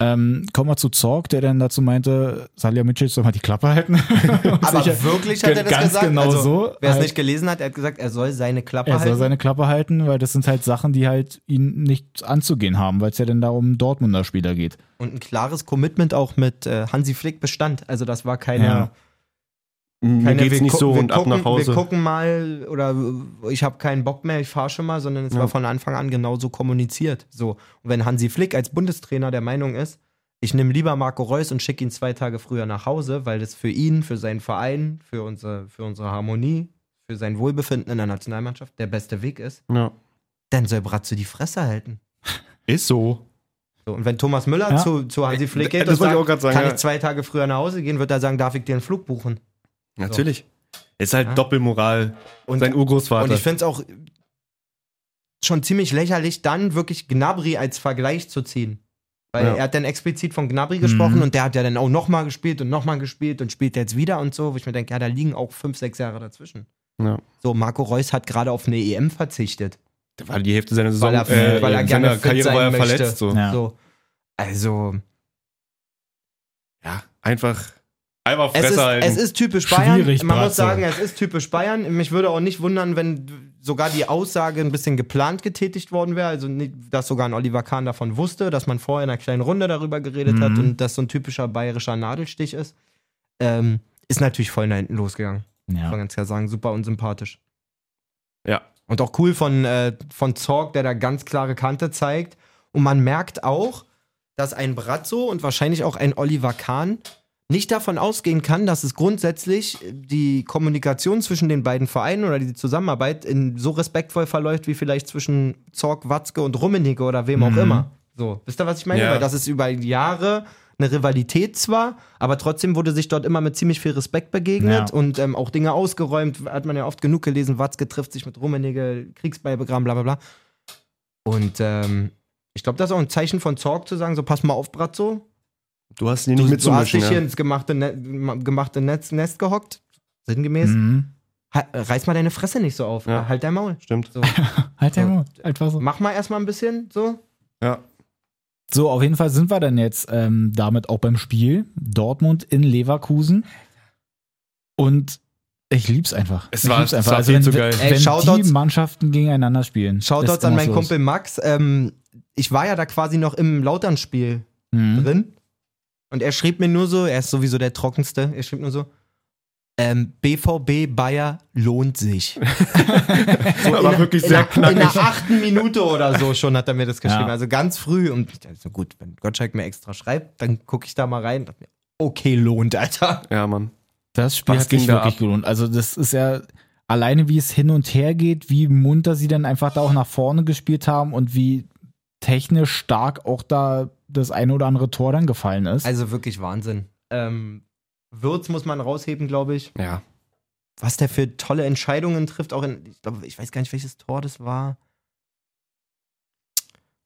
Ähm, kommen wir zu Zorg, der dann dazu meinte, Salihamidzic soll mal die Klappe halten. Aber Sicher- wirklich hat er das ganz gesagt? genau also, so. Wer es Halt- nicht gelesen hat, er hat gesagt, er soll seine Klappe Er halten. soll seine Klappe halten, weil das sind halt Sachen, die halt ihn nicht anzugehen haben, weil es ja dann da um einen Dortmunder Spieler geht. und ein klares Commitment auch mit äh, Hansi Flick bestand. Also das war keine, Ja. Mir keine geht's wir nicht gu- so wir und ab gucken, nach Hause. Wir gucken mal oder äh, ich habe keinen Bock mehr, ich fahre schon mal, sondern es Ja. war von Anfang an genauso kommuniziert. So. Und wenn Hansi Flick als Bundestrainer der Meinung ist, ich nehme lieber Marco Reus und schicke ihn zwei Tage früher nach Hause, weil das für ihn, für seinen Verein, für unsere, für unsere Harmonie, für sein Wohlbefinden in der Nationalmannschaft der beste Weg ist, Ja. dann soll Bratzo die Fresse halten. Ist so. So, und wenn Thomas Müller Ja. zu, zu Hansi Flick geht und Das wollte ich sagt, auch gerade sagen. kann ja. ich zwei Tage früher nach Hause gehen, wird er sagen, darf ich dir einen Flug buchen? Natürlich. Ist halt Ja. Doppelmoral. Und, Sein Urgroßvater. und ich finde es auch schon ziemlich lächerlich, dann wirklich Gnabry als Vergleich zu ziehen. Weil Ja. er hat dann explizit von Gnabry gesprochen Mhm. und der hat ja dann auch nochmal gespielt und nochmal gespielt und spielt jetzt wieder und so, wo ich mir denke, ja, da liegen auch fünf, sechs Jahre dazwischen. Ja. So, Marco Reus hat gerade auf eine EM verzichtet. Der war die Hälfte seiner Saison. äh, Weil er- weil er seiner gerne fit Karriere sein war er möchte. verletzt. So. Ja. Ja. So. Also, einfach. Einfach Es ist, Fresse halten. es ist typisch Bayern. Schwierig, Man muss Bratzo. sagen, es ist typisch Bayern. Mich würde auch nicht wundern, wenn sogar die Aussage ein bisschen geplant getätigt worden wäre. Also, nicht, dass sogar ein Oliver Kahn davon wusste, dass man vorher in einer kleinen Runde darüber geredet Mhm. hat und dass so ein typischer bayerischer Nadelstich ist. Ähm, ist natürlich voll nach hinten losgegangen. Kann man Ja. Mhm. ganz klar sagen. Super unsympathisch. Ja. Und auch cool von, äh, von Zorg, der da ganz klare Kante zeigt. Und man merkt auch, dass ein Brazzo und wahrscheinlich auch ein Oliver Kahn nicht davon ausgehen kann, dass es grundsätzlich äh, die Kommunikation zwischen den beiden Vereinen oder die Zusammenarbeit in so respektvoll verläuft wie vielleicht zwischen Zorg, Watzke und Rummenigge oder wem Mhm. auch immer. So, wisst ihr, was ich meine? Ja. Weil das ist über Jahre eine Rivalität zwar, aber trotzdem wurde sich dort immer mit ziemlich viel Respekt begegnet Ja. und ähm, auch Dinge ausgeräumt, hat man ja oft genug gelesen. Watzke trifft sich mit Rummenigge, Kriegsbeibegraben, bla bla bla. Und ähm, ich glaube, das ist auch ein Zeichen von Zorg zu sagen, so pass mal auf, Bratzo, Du hast ihn du, nicht du hast mitzumischen. dich hier Ja. ins gemachte, ne gemachte Netz, Nest gehockt, sinngemäß. Mhm. Ha reiß mal deine Fresse nicht so auf, Ja. halt dein Maul. Stimmt. So. Halt So. den Mund. Einfach so. Mach mal erstmal ein bisschen so. Ja. So, auf jeden Fall sind wir dann jetzt ähm, damit auch beim Spiel. Dortmund in Leverkusen. Und Ich lieb's einfach. Es ich war- lieb's es einfach. war also viel wenn, zu geil. Ey, wenn Shoutouts- die Mannschaften gegeneinander spielen. Shoutouts ist an immer meinen so Kumpel Max. Ähm, ich war ja da quasi noch im Lauternspiel ist. Mhm. drin. Und er schrieb mir nur so, er ist sowieso der Trockenste, er schrieb nur so, ähm, BVB Bayer lohnt sich. So, aber wirklich in sehr der- In knackig. der achten Minute oder so schon hat er mir das geschrieben. Ja. Also ganz früh. Und ich dachte so, gut, wenn Gottschalk mir extra schreibt, dann gucke ich da mal rein. Dachte mir, Okay, lohnt, Alter. Ja, Mann. Das Spiel Was hat sich ging da wirklich ab? gelohnt. Also das ist ja alleine, wie es hin und her geht, wie munter sie dann einfach da auch nach vorne gespielt haben und wie technisch stark auch da das eine oder andere Tor dann gefallen ist. Also wirklich Wahnsinn. Ähm, Würz muss man rausheben, glaube ich. Ja. Was der für tolle Entscheidungen trifft, auch in, ich glaube, ich weiß gar nicht, welches Tor das war.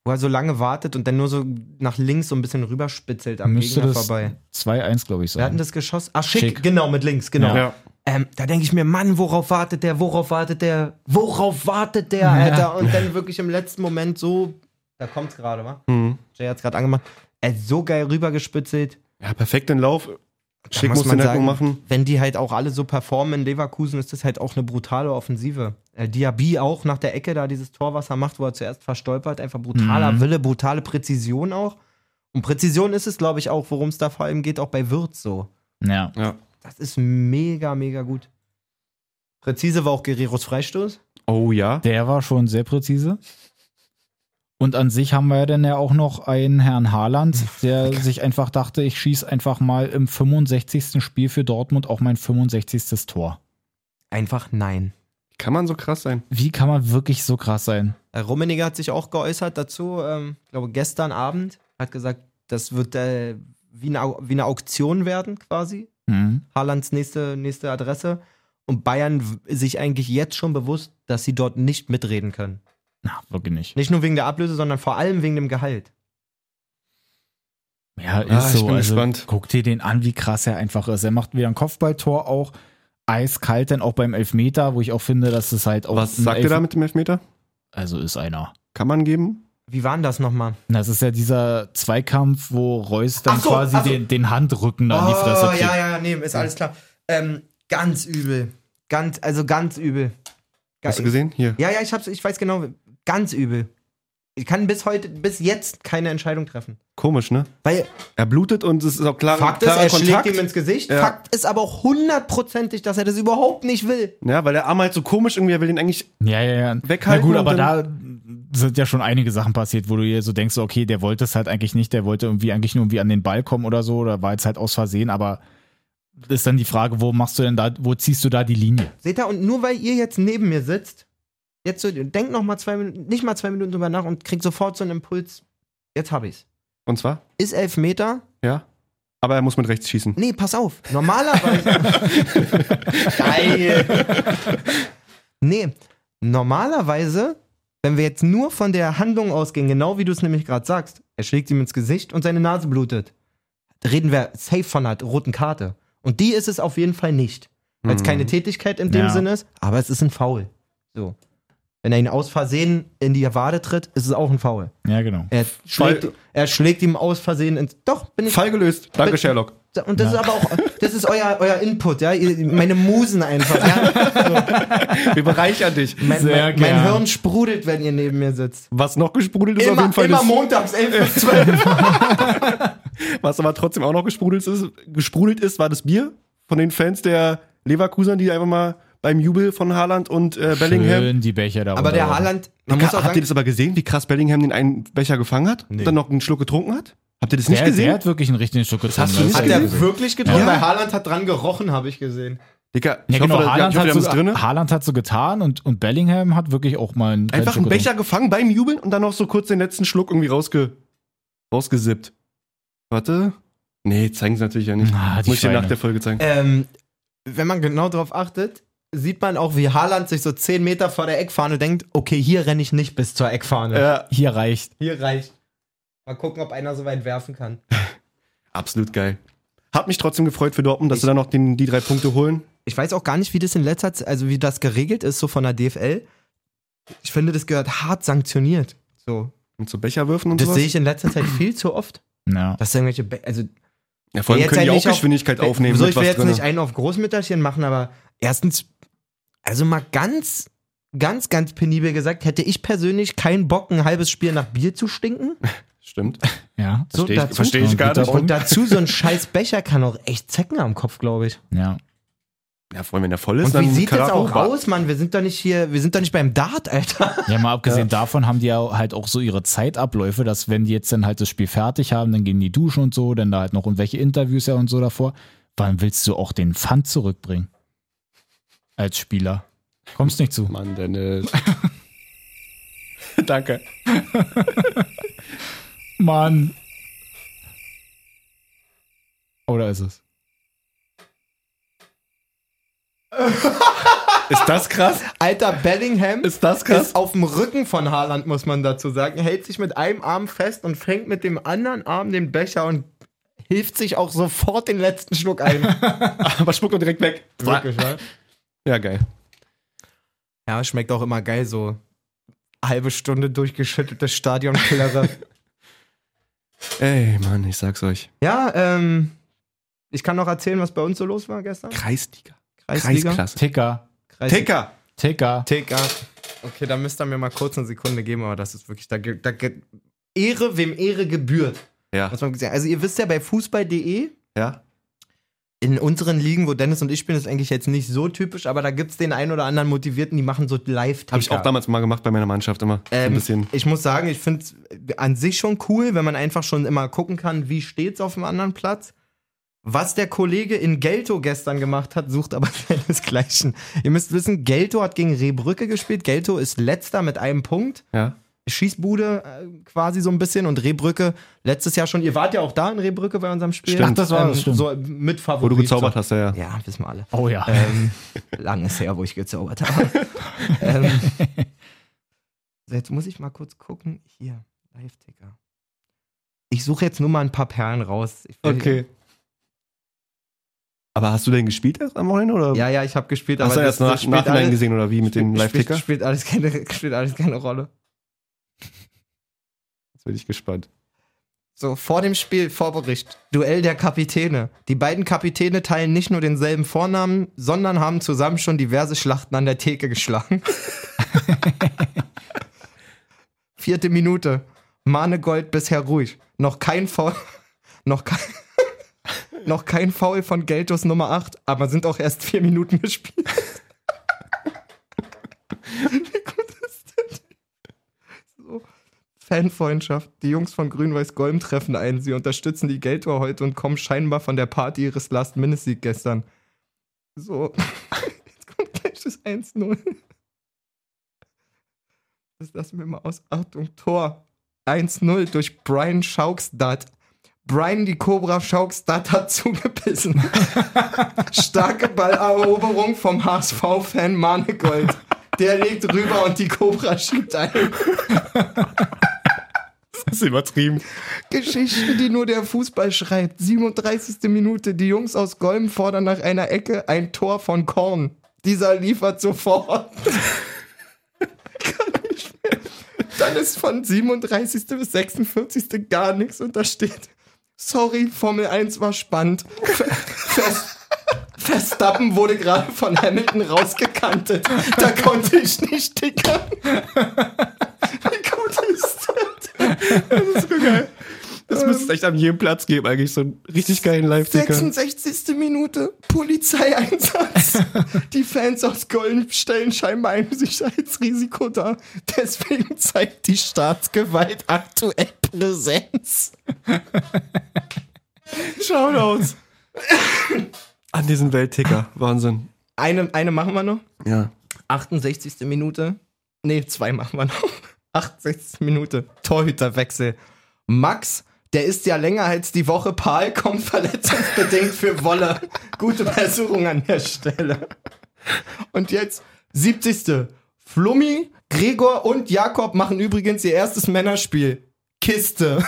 Wo er so lange wartet und dann nur so nach links so ein bisschen rüberspitzelt am Müsste Gegner das vorbei. 2-1, glaube ich, Wer hat denn sein. das geschossen? Ach, schick, Schick. genau, mit links, genau. Ja. Ja. Ähm, da denke ich mir, Mann, worauf wartet der, worauf wartet der, worauf wartet der, Ja. Alter? Und dann wirklich im letzten Moment so, da kommt's gerade, wa? Mhm. Jay hat's gerade angemacht. Er ist so geil rübergespitzelt. Ja, perfekt den Lauf. Da Schick muss den Ecken machen. wenn die halt auch alle so performen in Leverkusen, ist das halt auch eine brutale Offensive. Äh, Diaby auch nach der Ecke da dieses Tor, was er macht, wo er zuerst verstolpert, einfach brutaler Mhm. Wille, brutale Präzision auch. Und Präzision ist es, glaube ich, auch, worum es da vor allem geht, auch bei Wirtz so. Ja. Das ist mega, mega gut. Präzise war auch Guerreros Freistoß. Oh ja. Der war schon sehr präzise. Und an sich haben wir ja dann ja auch noch einen Herrn Haaland, der sich einfach dachte, ich schieße einfach mal im 65. Spiel für Dortmund auch mein 65. Tor. Einfach nein. Kann man so krass sein? Wie kann man wirklich so krass sein? Äh, Rummeniger hat sich auch geäußert dazu, ähm, ich glaube gestern Abend, hat gesagt, das wird äh, wie, eine, Au- wie eine Auktion werden quasi. Hm. Haalands nächste, nächste Adresse. Und Bayern w- sich eigentlich jetzt schon bewusst, dass sie dort nicht mitreden können. Na, wirklich nicht. Nicht nur wegen der Ablöse, sondern vor allem wegen dem Gehalt. Ja, ist Ah, ich so. bin also, gespannt. Guck dir den an, wie krass er einfach ist. Er macht wieder ein Kopfballtor auch. Eiskalt dann auch beim Elfmeter, wo ich auch finde, dass es Oh, halt auch. Was ein sagt ihr Elf- da mit dem Elfmeter? Also ist einer. Kann man geben? Wie war denn das nochmal? Das ist ja dieser Zweikampf, wo Reus dann Ach so, quasi ach also so. den, den Handrücken da in die Oh, Fresse kriegt. Oh, ja, ja, nee, ist alles klar. Ähm, ganz übel. Ganz, also ganz übel. Ge- Hast du gesehen? Hier. Ja, ja, ich, hab's, ich weiß genau, ganz übel. Ich kann bis heute, bis jetzt keine Entscheidung treffen. Komisch, ne? Weil Er blutet und es ist auch klar. Fakt ist, klarer er Kontakt. schlägt ihm ins Gesicht. Ja. Fakt ist aber auch hundertprozentig, dass er das überhaupt nicht will. Ja, weil der Arm halt so komisch irgendwie, er will den eigentlich. Ja, ja, ja. Na Weghalten gut, und aber da sind ja schon einige Sachen passiert, wo du dir so denkst, so, okay, der wollte es halt eigentlich nicht, der wollte irgendwie eigentlich nur irgendwie an den Ball kommen oder so, oder war jetzt halt aus Versehen, aber ist dann die Frage, wo machst du denn da, wo ziehst du da die Linie? Seht ihr, und nur weil ihr jetzt neben mir sitzt, jetzt so, denkt noch mal zwei Minuten, nicht mal zwei Minuten drüber nach und kriegt sofort so einen Impuls. Jetzt hab ich's. Und zwar? Ist Elfmeter? Ja. Aber er muss mit rechts schießen. Nee, pass auf. Normalerweise. Geil. Nee, normalerweise, wenn wir jetzt nur von der Handlung ausgehen, genau wie du es nämlich gerade sagst, er schlägt ihm ins Gesicht und seine Nase blutet. Reden wir safe von einer roten Karte. Und die ist es auf jeden Fall nicht. Weil es Mhm. keine Tätigkeit in dem Ja. Sinne ist, aber es ist ein Foul. So. Wenn er ihn aus Versehen in die Wade tritt, ist es auch ein Foul. Ja, genau. Er Fall- schlägt, er schlägt ihm aus Versehen ins. Doch, bin ich Fall gelöst. Danke, Sherlock. und das Ja. ist aber auch, das ist euer, euer Input, ja? Ihr- Meine Musen einfach, ja? Wir bereichern dich. Mein, Sehr mein, mein gern. Hirn sprudelt, wenn ihr neben mir sitzt. Was noch gesprudelt ist, auf jeden Fall. das- montags 11 bis 12. Was aber trotzdem auch noch gesprudelt ist, gesprudelt ist, war das Bier von den Fans der Leverkusen, die einfach mal beim Jubel von Haaland und äh, Bellingham. Schön die Becher da Aber der runterwerfen. Haaland, Wie man kra- muss auch habt ihr sagen, das aber gesehen, wie krass Bellingham den einen Becher gefangen hat und dann noch einen Schluck getrunken hat? Habt ihr das nicht der, gesehen? der hat wirklich einen richtigen Also, Schluck getrunken. hast du nicht das hat hab ich der er gesehen. wirklich getrunken? Ja. Bei Haaland hat dran gerochen, habe ich gesehen. Digga, ich Ja, genau, hoffe, da- Haaland, ich hoffe, wir hat haben es so, drin. Haaland hat so getan und, und Bellingham hat wirklich auch mal einen Einfach einen Schluck Becher gefangen beim Jubeln und dann noch so kurz den letzten Schluck irgendwie rausge rausgesippt. Warte. Nee, zeigen sie natürlich ja nicht. getrunken. Ah, die Muss ich dir nach Schweine. der Folge zeigen. Ähm, wenn man genau drauf achtet, sieht man auch, wie Haaland sich so 10 Meter vor der Eckfahne denkt, okay, hier renne ich nicht bis zur Eckfahne. Ja, Hier reicht. Hier reicht. Mal gucken, ob einer so weit werfen kann. absolut geil. Hat mich trotzdem gefreut für Dortmund, dass sie dann noch den, die drei Punkte holen. ich weiß auch gar nicht, wie das in letzter Zeit, also wie das geregelt ist, so von der DFL. Ich finde, das gehört hart sanktioniert. So. Und so Becher würfen und Das sowas. sehe ich in letzter Zeit viel zu oft. Ja. Dass irgendwelche, Be also Ja, vor allem Jetzt können die halt auch nicht auf- Geschwindigkeit aufnehmen. So, mit ich will was jetzt drinne. nicht einen auf Großmütterchen machen, aber erstens, also mal ganz, ganz, ganz penibel gesagt, hätte ich persönlich keinen Bock, ein halbes Spiel nach Bier zu stinken. Stimmt. Ja. So, Verstehe ich, dazu- versteh ich gar nicht. Und dazu so ein scheiß Becher kann auch echt Zecken am Kopf, glaube ich. Ja. Ja, vor allem, wenn der voll ist, Und dann wie sieht das Karaoke auch Bar. aus, Mann? Wir sind doch nicht hier, wir sind doch nicht beim Dart, Alter. Ja, mal abgesehen davon haben die ja halt auch so ihre Zeitabläufe, dass wenn die jetzt dann halt das Spiel fertig haben, dann gehen die duschen und so, dann da halt noch irgendwelche Interviews ja und so davor. Wann willst du auch den Pfand zurückbringen? Als Spieler. Kommst nicht zu. Mann, Dennis. Danke. Mann. Oder ist es? Ist das krass? Alter, Bellingham Ist das krass? ist auf dem Rücken von Haaland, muss man dazu sagen. Hält sich mit einem Arm fest und fängt mit dem anderen Arm den Becher und hilft sich auch sofort den letzten Schluck ein. Aber spuckt doch direkt weg. Wirklich, wa? Ja, geil. Ja, schmeckt auch immer geil, so halbe Stunde durchgeschütteltes Stadionklirre. Ey, Mann, ich sag's euch. ja, ähm, ich kann noch erzählen, was bei uns so los war gestern. Kreisliga. Ticker. Kreis Ticker. Ticker. Ticker. Okay, da müsst ihr mir mal kurz eine Sekunde geben, aber das ist wirklich, da, ge- da ge- Ehre, wem Ehre gebührt. Ja. Muss man sagen. Also ihr wisst ja, bei fußball.de, Ja. in unseren Ligen, wo Dennis und ich spielen, ist eigentlich jetzt nicht so typisch, aber da gibt's den einen oder anderen Motivierten, die machen so live Habe ich auch damals mal gemacht bei meiner Mannschaft immer. So Ähm, ein bisschen. Ich muss sagen, ich finde es an sich schon cool, wenn man einfach schon immer gucken kann, wie steht's auf dem anderen Platz. Was der Kollege in Gelto gestern gemacht hat, sucht aber seinesgleichen. Ihr müsst wissen, Gelto hat gegen Rehbrücke gespielt. Gelto ist letzter mit einem Punkt. Ja. Schießbude äh, quasi so ein bisschen und Rehbrücke letztes Jahr schon. Ihr wart ja auch da in Rehbrücke bei unserem Spiel. Ähm, Stimmt. Ach, das war das, stimmt. So äh, mit Favorit. Wo du gezaubert hast, ja, ja. so. Ja, wissen wir alle. Oh ja. Ähm, lang ist her, wo ich gezaubert habe. ähm, so, jetzt muss ich mal kurz gucken. Hier, Live-Ticker. Ich suche jetzt nur mal ein paar Perlen raus. Ich will- Aber hast du denn gespielt erst am Wochenende? Oder? Ja, ja, ich habe gespielt, aber hast du erst nach, spielt nachhinein alles- gesehen oder wie mit dem spielt- Live-Ticker? Spielt alles keine, spielt alles keine Rolle. Jetzt bin ich gespannt. So, vor dem Spiel, Vorbericht. Duell der Kapitäne. Die beiden Kapitäne teilen nicht nur denselben Vornamen, sondern haben zusammen schon diverse Schlachten an der Theke geschlagen. Vierte Minute. Manegold bisher ruhig. Noch kein Foul. Noch kein. noch kein Foul von Geltos Nummer 8, aber sind auch erst vier Minuten gespielt. Wie gut ist das denn? So. Fanfreundschaft. Die Jungs von Grün-Weiß-Golm treffen ein. Sie unterstützen die Geltor heute und kommen scheinbar von der Party ihres Last-Minute-Sieg gestern. So. Jetzt kommt gleich das 1-0. Das lassen wir mal aus. Achtung, Tor. 1-0 durch Brian Schaukstadt. Brian, die Cobra Schaukstadt, hat zugebissen. Starke Balleroberung vom HSV-Fan Manegold. Der legt rüber und die Cobra schiebt ein. Das ist übertrieben. Geschichten, die nur der Fußball schreibt. 37. Minute. Die Jungs aus Golm fordern nach einer Ecke ein Tor von Korn. Dieser liefert sofort. Kann nicht mehr. Dann ist von 37. bis 46. gar nichts und da steht: Sorry, Formel 1 war spannend. Fest. Verstappen wurde gerade von Hamilton rausgekantet. Da konnte ich nicht tickern. Wie gut ist das? Das ist so geil. Das Ähm. müsste es echt an jedem Platz geben, eigentlich. So einen richtig geilen Live-Ticker. 66. Minute, Polizeieinsatz. Die Fans aus Köln stellen scheinbar ein Sicherheitsrisiko dar. Deswegen zeigt die Staatsgewalt aktuell Präsenz. Shoutouts. An diesen Weltticker. Wahnsinn. Eine, eine machen wir noch. Ja. 68. Minute. Nee, zwei machen wir noch. 68. Minute. Torhüterwechsel. Max, der ist ja länger als die Woche Paul, kommt verletzungsbedingt für Wolle. Gute Besserung an der Stelle. Und jetzt 70. Flummi, Gregor und Jakob machen übrigens ihr erstes Männerspiel. Kiste.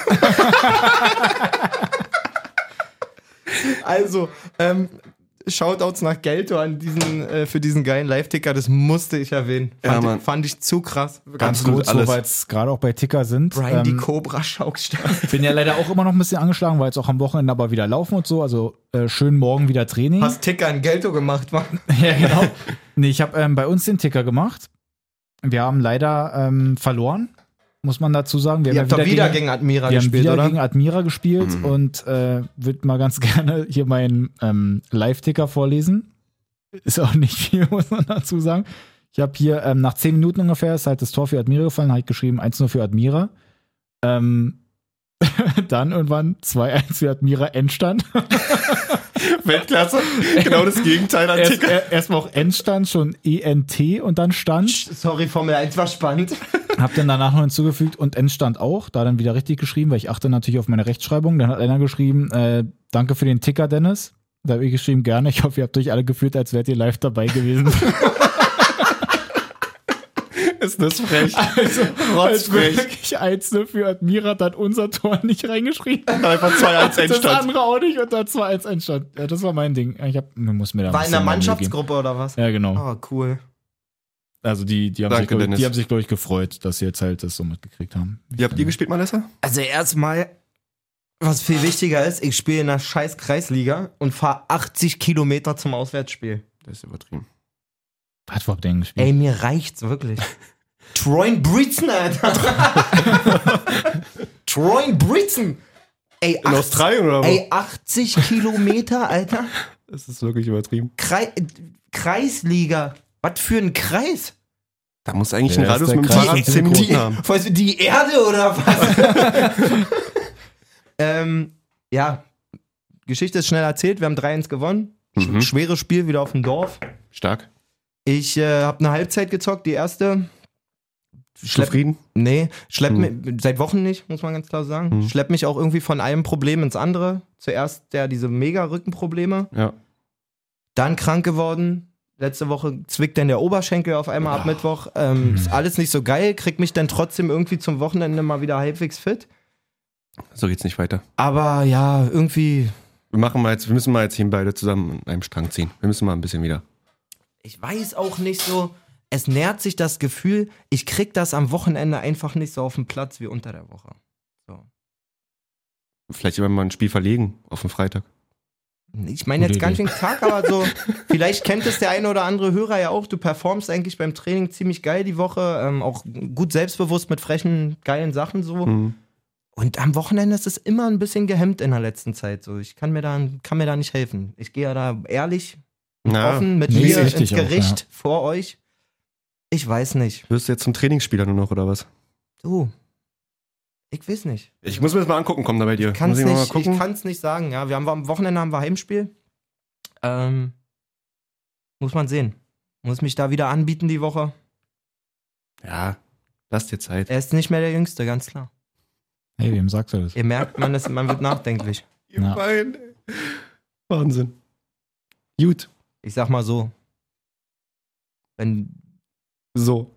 also, ähm, Shoutouts nach Gelto an diesen, äh, für diesen geilen Live-Ticker, das musste ich erwähnen. Ja, Fand, Mann. ich, fand ich zu krass. Ganz Absolut, gut, alles. so, weil es gerade auch bei Ticker sind. Brian die Ähm, Cobra Schaukstein. bin ja leider auch immer noch ein bisschen angeschlagen, weil jetzt auch am Wochenende aber wieder laufen und so. Also äh, schön morgen wieder Training. Hast Ticker an Gelto gemacht, Mann. Ja, genau. nee, ich habe ähm, bei uns den Ticker gemacht. Wir haben leider ähm, verloren, muss man dazu sagen. Wir Ihr haben habt ja doch wieder gegen Admira wir gespielt, haben wieder oder? gegen Admira gespielt und äh, würde mal ganz gerne hier meinen ähm, Live-Ticker vorlesen. Ist auch nicht viel, muss man dazu sagen. Ich habe hier ähm, nach zehn Minuten ungefähr ist halt das Tor für Admira gefallen, halt geschrieben 1-0 für Admira. Ähm, dann irgendwann 2-1 für Admira Endstand. Weltklasse. Genau das Gegenteil an Erst- Ticker. er- Erstmal auch Endstand, schon ENT und dann Stand. Sorry, Formel 1 war spannend. Hab dann danach noch hinzugefügt und Endstand auch, da dann wieder richtig geschrieben, weil ich achte natürlich auf meine Rechtschreibung. Dann hat einer geschrieben, äh, danke für den Ticker, Dennis. Da habe ich geschrieben, gerne. Ich hoffe, ihr habt euch alle gefühlt, als wärt ihr live dabei gewesen. Ist das frech? Also, als Rotzfrech. wirklich einzelne für Admira hat unser Tor nicht reingeschrieben. Einfach 2-1 Das Endstand. andere auch nicht und dann zwar als Endstand. Ja, das war mein Ding. Ich hab, man muss mir da ein War in bisschen der mehr Mühe Mannschaftsgruppe oder was? geben. Ja, genau. Oh, cool. Also die, die haben Danke, sich, glaub ich- Dennis. die haben sich, glaube ich, gefreut, dass sie jetzt halt das so mitgekriegt haben. Wie habt ihr gespielt, Malessa? Also erstmal, was viel wichtiger ist, ich spiele in einer scheiß Kreisliga und fahre 80 Kilometer zum Auswärtsspiel. Das ist übertrieben. Was habt ihr denn gespielt? Ey, mir reicht's wirklich. Troin Britzen, Alter. Troin Britzen. Ey, In 80, Australien oder wo? ey, 80 Kilometer, Alter. Das ist wirklich übertrieben. Krei äh, Kreisliga. Was für ein Kreis? Da muss eigentlich Ja, ein das Radius ist der mit dem Kreis. Fahrrad Die- 10 Minuten Die, haben. weißt du, die Erde oder was? ähm, ja, Geschichte ist schnell erzählt. Wir haben 3-1 gewonnen. Sch- Mhm. Schweres Spiel wieder auf dem Dorf. Stark. Ich äh, habe eine Halbzeit gezockt, die erste. Schlepp, Zufrieden? nee, schlepp Mhm. mi- seit Wochen nicht, muss man ganz klar sagen. Mhm. Schlepp mich auch irgendwie von einem Problem ins andere. Zuerst ja diese mega Rückenprobleme, Ja. dann krank geworden. Letzte Woche zwickt dann der Oberschenkel auf einmal ab Ach. Mittwoch. Ähm, Ist alles nicht so geil, kriegt mich dann trotzdem irgendwie zum Wochenende mal wieder halbwegs fit. So geht's nicht weiter. Aber ja, irgendwie, Wir machen mal jetzt, wir müssen mal jetzt hier beide zusammen an einem Strang ziehen. Wir müssen mal ein bisschen wieder. ich weiß auch nicht so. Es nährt sich das Gefühl, ich krieg das am Wochenende einfach nicht so auf den Platz wie unter der Woche. So. Vielleicht immer mal ein Spiel verlegen auf den Freitag. Ich meine jetzt Gute ganz schön Tag, aber so, vielleicht kennt es der eine oder andere Hörer ja auch. Du performst eigentlich beim Training ziemlich geil die Woche, ähm, auch gut selbstbewusst mit frechen, geilen Sachen so. Mhm. Und am Wochenende ist es immer ein bisschen gehemmt in der letzten Zeit. So, ich kann mir da, kann mir da nicht helfen. Ich gehe ja da ehrlich, Na, offen mit nee, mir ist ins richtig auch, Gericht ja. vor euch. Ich weiß nicht. wirst du jetzt zum Trainingsspieler nur noch oder was? Du. Ich weiß nicht. Ich muss mir das mal angucken, komm da bei dir. Kann's muss nicht, mal ich kann es nicht sagen. Ja, wir haben am Wochenende haben wir Heimspiel. Ähm, muss man sehen. Muss mich da wieder anbieten die Woche. ja, lass dir Zeit. Er ist nicht mehr der Jüngste, ganz klar. Hey, wem sagst du das? Ihr merkt, man, ist, man wird nachdenklich. Ihr Ja. Bein. Wahnsinn. Gut. Ich sag mal so. Wenn, So.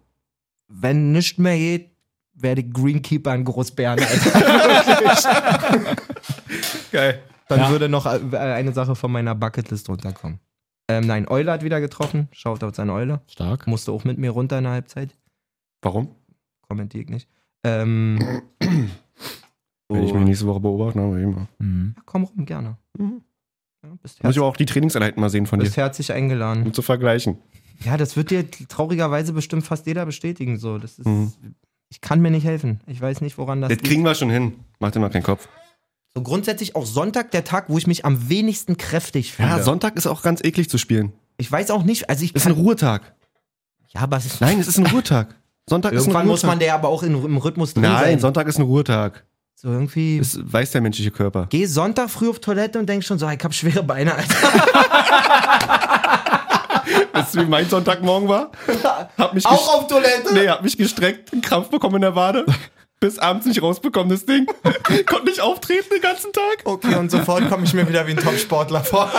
wenn nichts mehr geht, werde ich Greenkeeper in Großbären. Alter. Geil. Dann Ja. würde noch äh, eine Sache von meiner Bucketlist runterkommen. Ähm, nein, Eule hat wieder getroffen. Shoutouts an Eule. Stark. Musste auch mit mir runter in der Halbzeit. Warum? Kommentiere ich nicht. Ähm, Will ich so. mich nächste Woche beobachten, aber immer. Mhm. Ja, komm rum, gerne. Mhm. Ja, bist, Muss ich herz aber auch die Trainingseinheiten mal sehen von dir, bist herzlich eingeladen. um zu vergleichen. Ja, das wird dir traurigerweise bestimmt fast jeder bestätigen. So, das ist, Mhm. Ich kann mir nicht helfen. Ich weiß nicht, woran das, Das liegt. kriegen wir schon hin. Mach dir mal keinen Kopf. So grundsätzlich auch Sonntag der Tag, wo ich mich am wenigsten kräftig fühle. Ja, Sonntag ist auch ganz eklig zu spielen. ich weiß auch nicht, also ich Ist ein kann, Ruhetag. ja, aber es- Nein, es ist ein Ruhetag. Sonntag ist ein irgendwann Ruhetag. muss man der aber auch in, im Rhythmus drin Nein, sein. Sonntag ist ein Ruhetag. so irgendwie Das weiß der menschliche Körper. geh Sonntag früh auf Toilette und denk schon so, ah, ich hab schwere Beine, Alter. Weißt du, wie mein Sonntagmorgen war? Hab mich gest- auf Toilette. Nee, hab mich gestreckt, einen Krampf bekommen in der Wade. Bis abends nicht rausbekommen, das Ding. Konnte nicht auftreten den ganzen Tag. Okay, und sofort komme ich mir wieder wie ein Topsportler vor.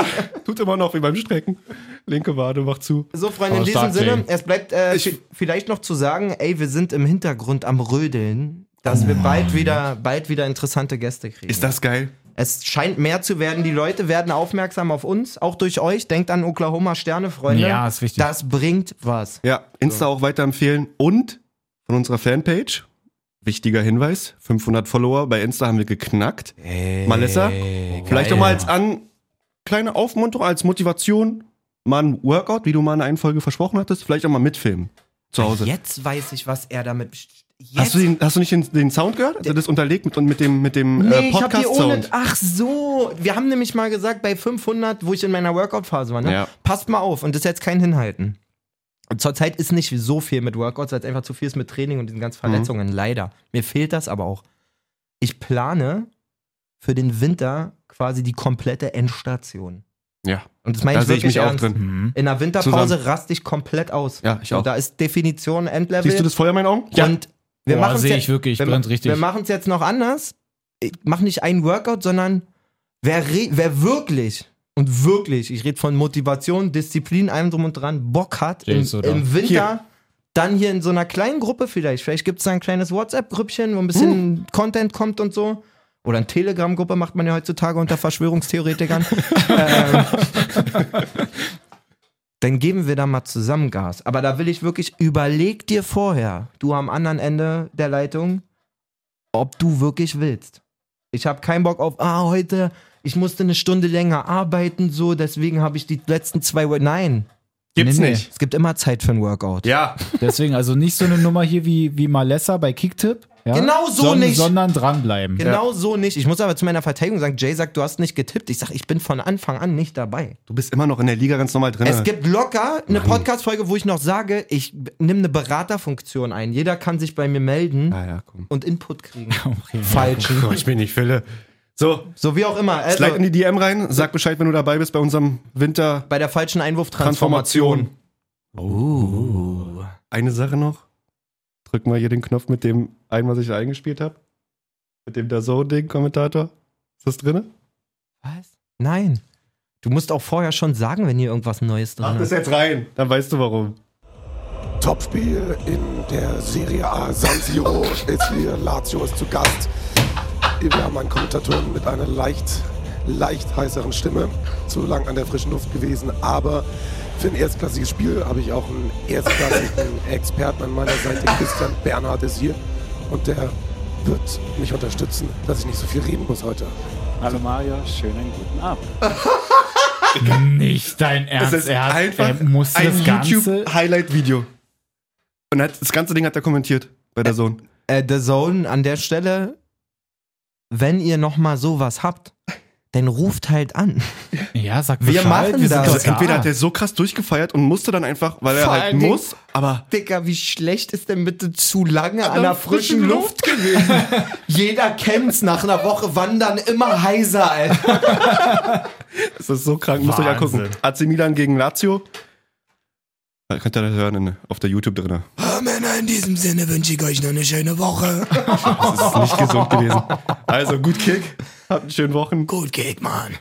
Tut immer noch wie beim Strecken. Linke Wade, macht zu. So, Freunde, in Aber diesem stark, Sinne, Jane. es bleibt äh, vi- vielleicht noch zu sagen, ey, wir sind im Hintergrund am Rödeln, dass wir bald wieder, bald wieder interessante Gäste kriegen. Oh Ist das geil? Es scheint mehr zu werden. Die Leute werden aufmerksam auf uns, auch durch euch. Denkt an Oklahoma Sterne, Freunde. Ja, ist wichtig. Das bringt was. Ja, Insta auch weiterempfehlen und von unserer Fanpage, wichtiger Hinweis, 500 Follower bei Insta haben wir geknackt. Malissa, Vielleicht geil. auch mal als an, kleine Aufmunterung, als Motivation, mal ein Workout, wie du mal in einer Folge versprochen hattest, vielleicht auch mal mitfilmen zu Hause. Jetzt weiß ich, was er damit. Jetzt. Hast du, den, hast du nicht den, den Sound gehört? Also das unterlegt mit, mit dem, mit dem Nee, äh, ich hab die ohne. Podcast-Sound. Ach so, wir haben nämlich mal gesagt, bei 500, wo ich in meiner Workout-Phase war, ne? Ja. passt mal auf und das ist jetzt kein Hinhalten. Und Zurzeit ist nicht so viel mit Workouts, weil es einfach zu viel ist mit Training und diesen ganzen Mhm. Verletzungen, leider. Mir fehlt das aber auch. Ich plane für den Winter quasi die komplette Endstation. Ja, Und das meine da ich sehe ich wirklich mich auch ernst. drin. Mhm. In der Winterpause Zusammen. raste ich komplett aus. Ja, ich Und auch. Da ist Definition Endlevel. Siehst du das Feuer in meinen Augen? Und wir Boah, machen es sehe ja, ich wirklich, wir, brennt richtig. wir machen es jetzt noch anders. Ich mach nicht einen Workout, sondern wer, re- wer wirklich und wirklich, ich rede von Motivation, Disziplin, allem drum und dran, Bock hat Der im, ist so da. im Winter. Hier. Dann hier in so einer kleinen Gruppe vielleicht. Vielleicht gibt es da ein kleines WhatsApp-Grüppchen, wo ein bisschen Content kommt und so. Oder eine Telegram-Gruppe macht man ja heutzutage unter Verschwörungstheoretikern. ähm, dann geben wir da mal zusammen Gas. Aber da will ich wirklich, überleg dir vorher, du am anderen Ende der Leitung, ob du wirklich willst. Ich habe keinen Bock auf, ah, heute, ich musste eine Stunde länger arbeiten, so, deswegen habe ich die letzten zwei, Wo- nein, Gibt's Nee, nee. nicht. es gibt immer Zeit für ein Workout. Ja, Deswegen also nicht so eine Nummer hier wie, wie Malessa bei Kicktip. Ja? Genau so Sondern- nicht. Sondern dranbleiben. Genau so nicht. Ich muss aber zu meiner Verteidigung sagen, Jay sagt, du hast nicht getippt. Ich sage, ich bin von Anfang an nicht dabei. du bist immer noch in der Liga ganz normal drin. Es gibt locker eine Podcast-Folge, wo ich noch sage, ich nehme eine Beraterfunktion ein. Jeder kann sich bei mir melden Ah ja, komm. und Input kriegen. Okay. Falschen. Ich bin nicht Fülle. So, So wie auch immer. Also, slide in die DM rein, sag Bescheid, wenn du dabei bist bei unserem Winter bei der falschen Einwurftransformation. Transformation. Eine Sache noch. Drück mal hier den Knopf mit dem einen, was ich da eingespielt habe. Mit dem DAZN-Ding-Kommentator. Ist das drinne? Was? Nein. Du musst auch vorher schon sagen, wenn hier irgendwas Neues drin ist. jetzt rein. Dann weißt du warum. Topspiel in der Serie A. San Siro ist hier, Lazio ist zu Gast. Wir haben einen Kommentatoren mit einer leicht, leicht heißeren Stimme. Zu lang an der frischen Luft gewesen, aber für ein erstklassiges Spiel habe ich auch einen erstklassigen Experten an meiner Seite. Christian Bernhard ist hier und der wird mich unterstützen, dass ich nicht so viel reden muss heute. Hallo Mario, schönen guten Abend. Nicht dein Ernst. er hat, er muss das Ganze. YouTube-Highlight-Video. Und hat, das ganze Ding hat er kommentiert bei der Sohn. Äh, The Zone an der Stelle, wenn ihr nochmal sowas habt, dann ruft halt an. Ja, sag Wir Bescheid, machen wir sind das. doch Also da. entweder hat er so krass durchgefeiert und musste dann einfach, weil er Vor halt allen Dingen- muss, aber Dicker, wie schlecht ist denn bitte zu lange an, der der frischen, frischen Luft gewesen? Jeder kennt's, nach einer Woche wandern immer heiser, Alter. es ist so krank, musst du ja gucken. Wahnsinn. AC Milan gegen Lazio. Da könnt ihr das hören in, auf der YouTube drinne. Männer, in diesem Sinne wünsche ich euch noch eine schöne Woche. Das ist nicht gesund gewesen. Also gut Kick. Habt einen schönen Wochen. Gut geht, Mann.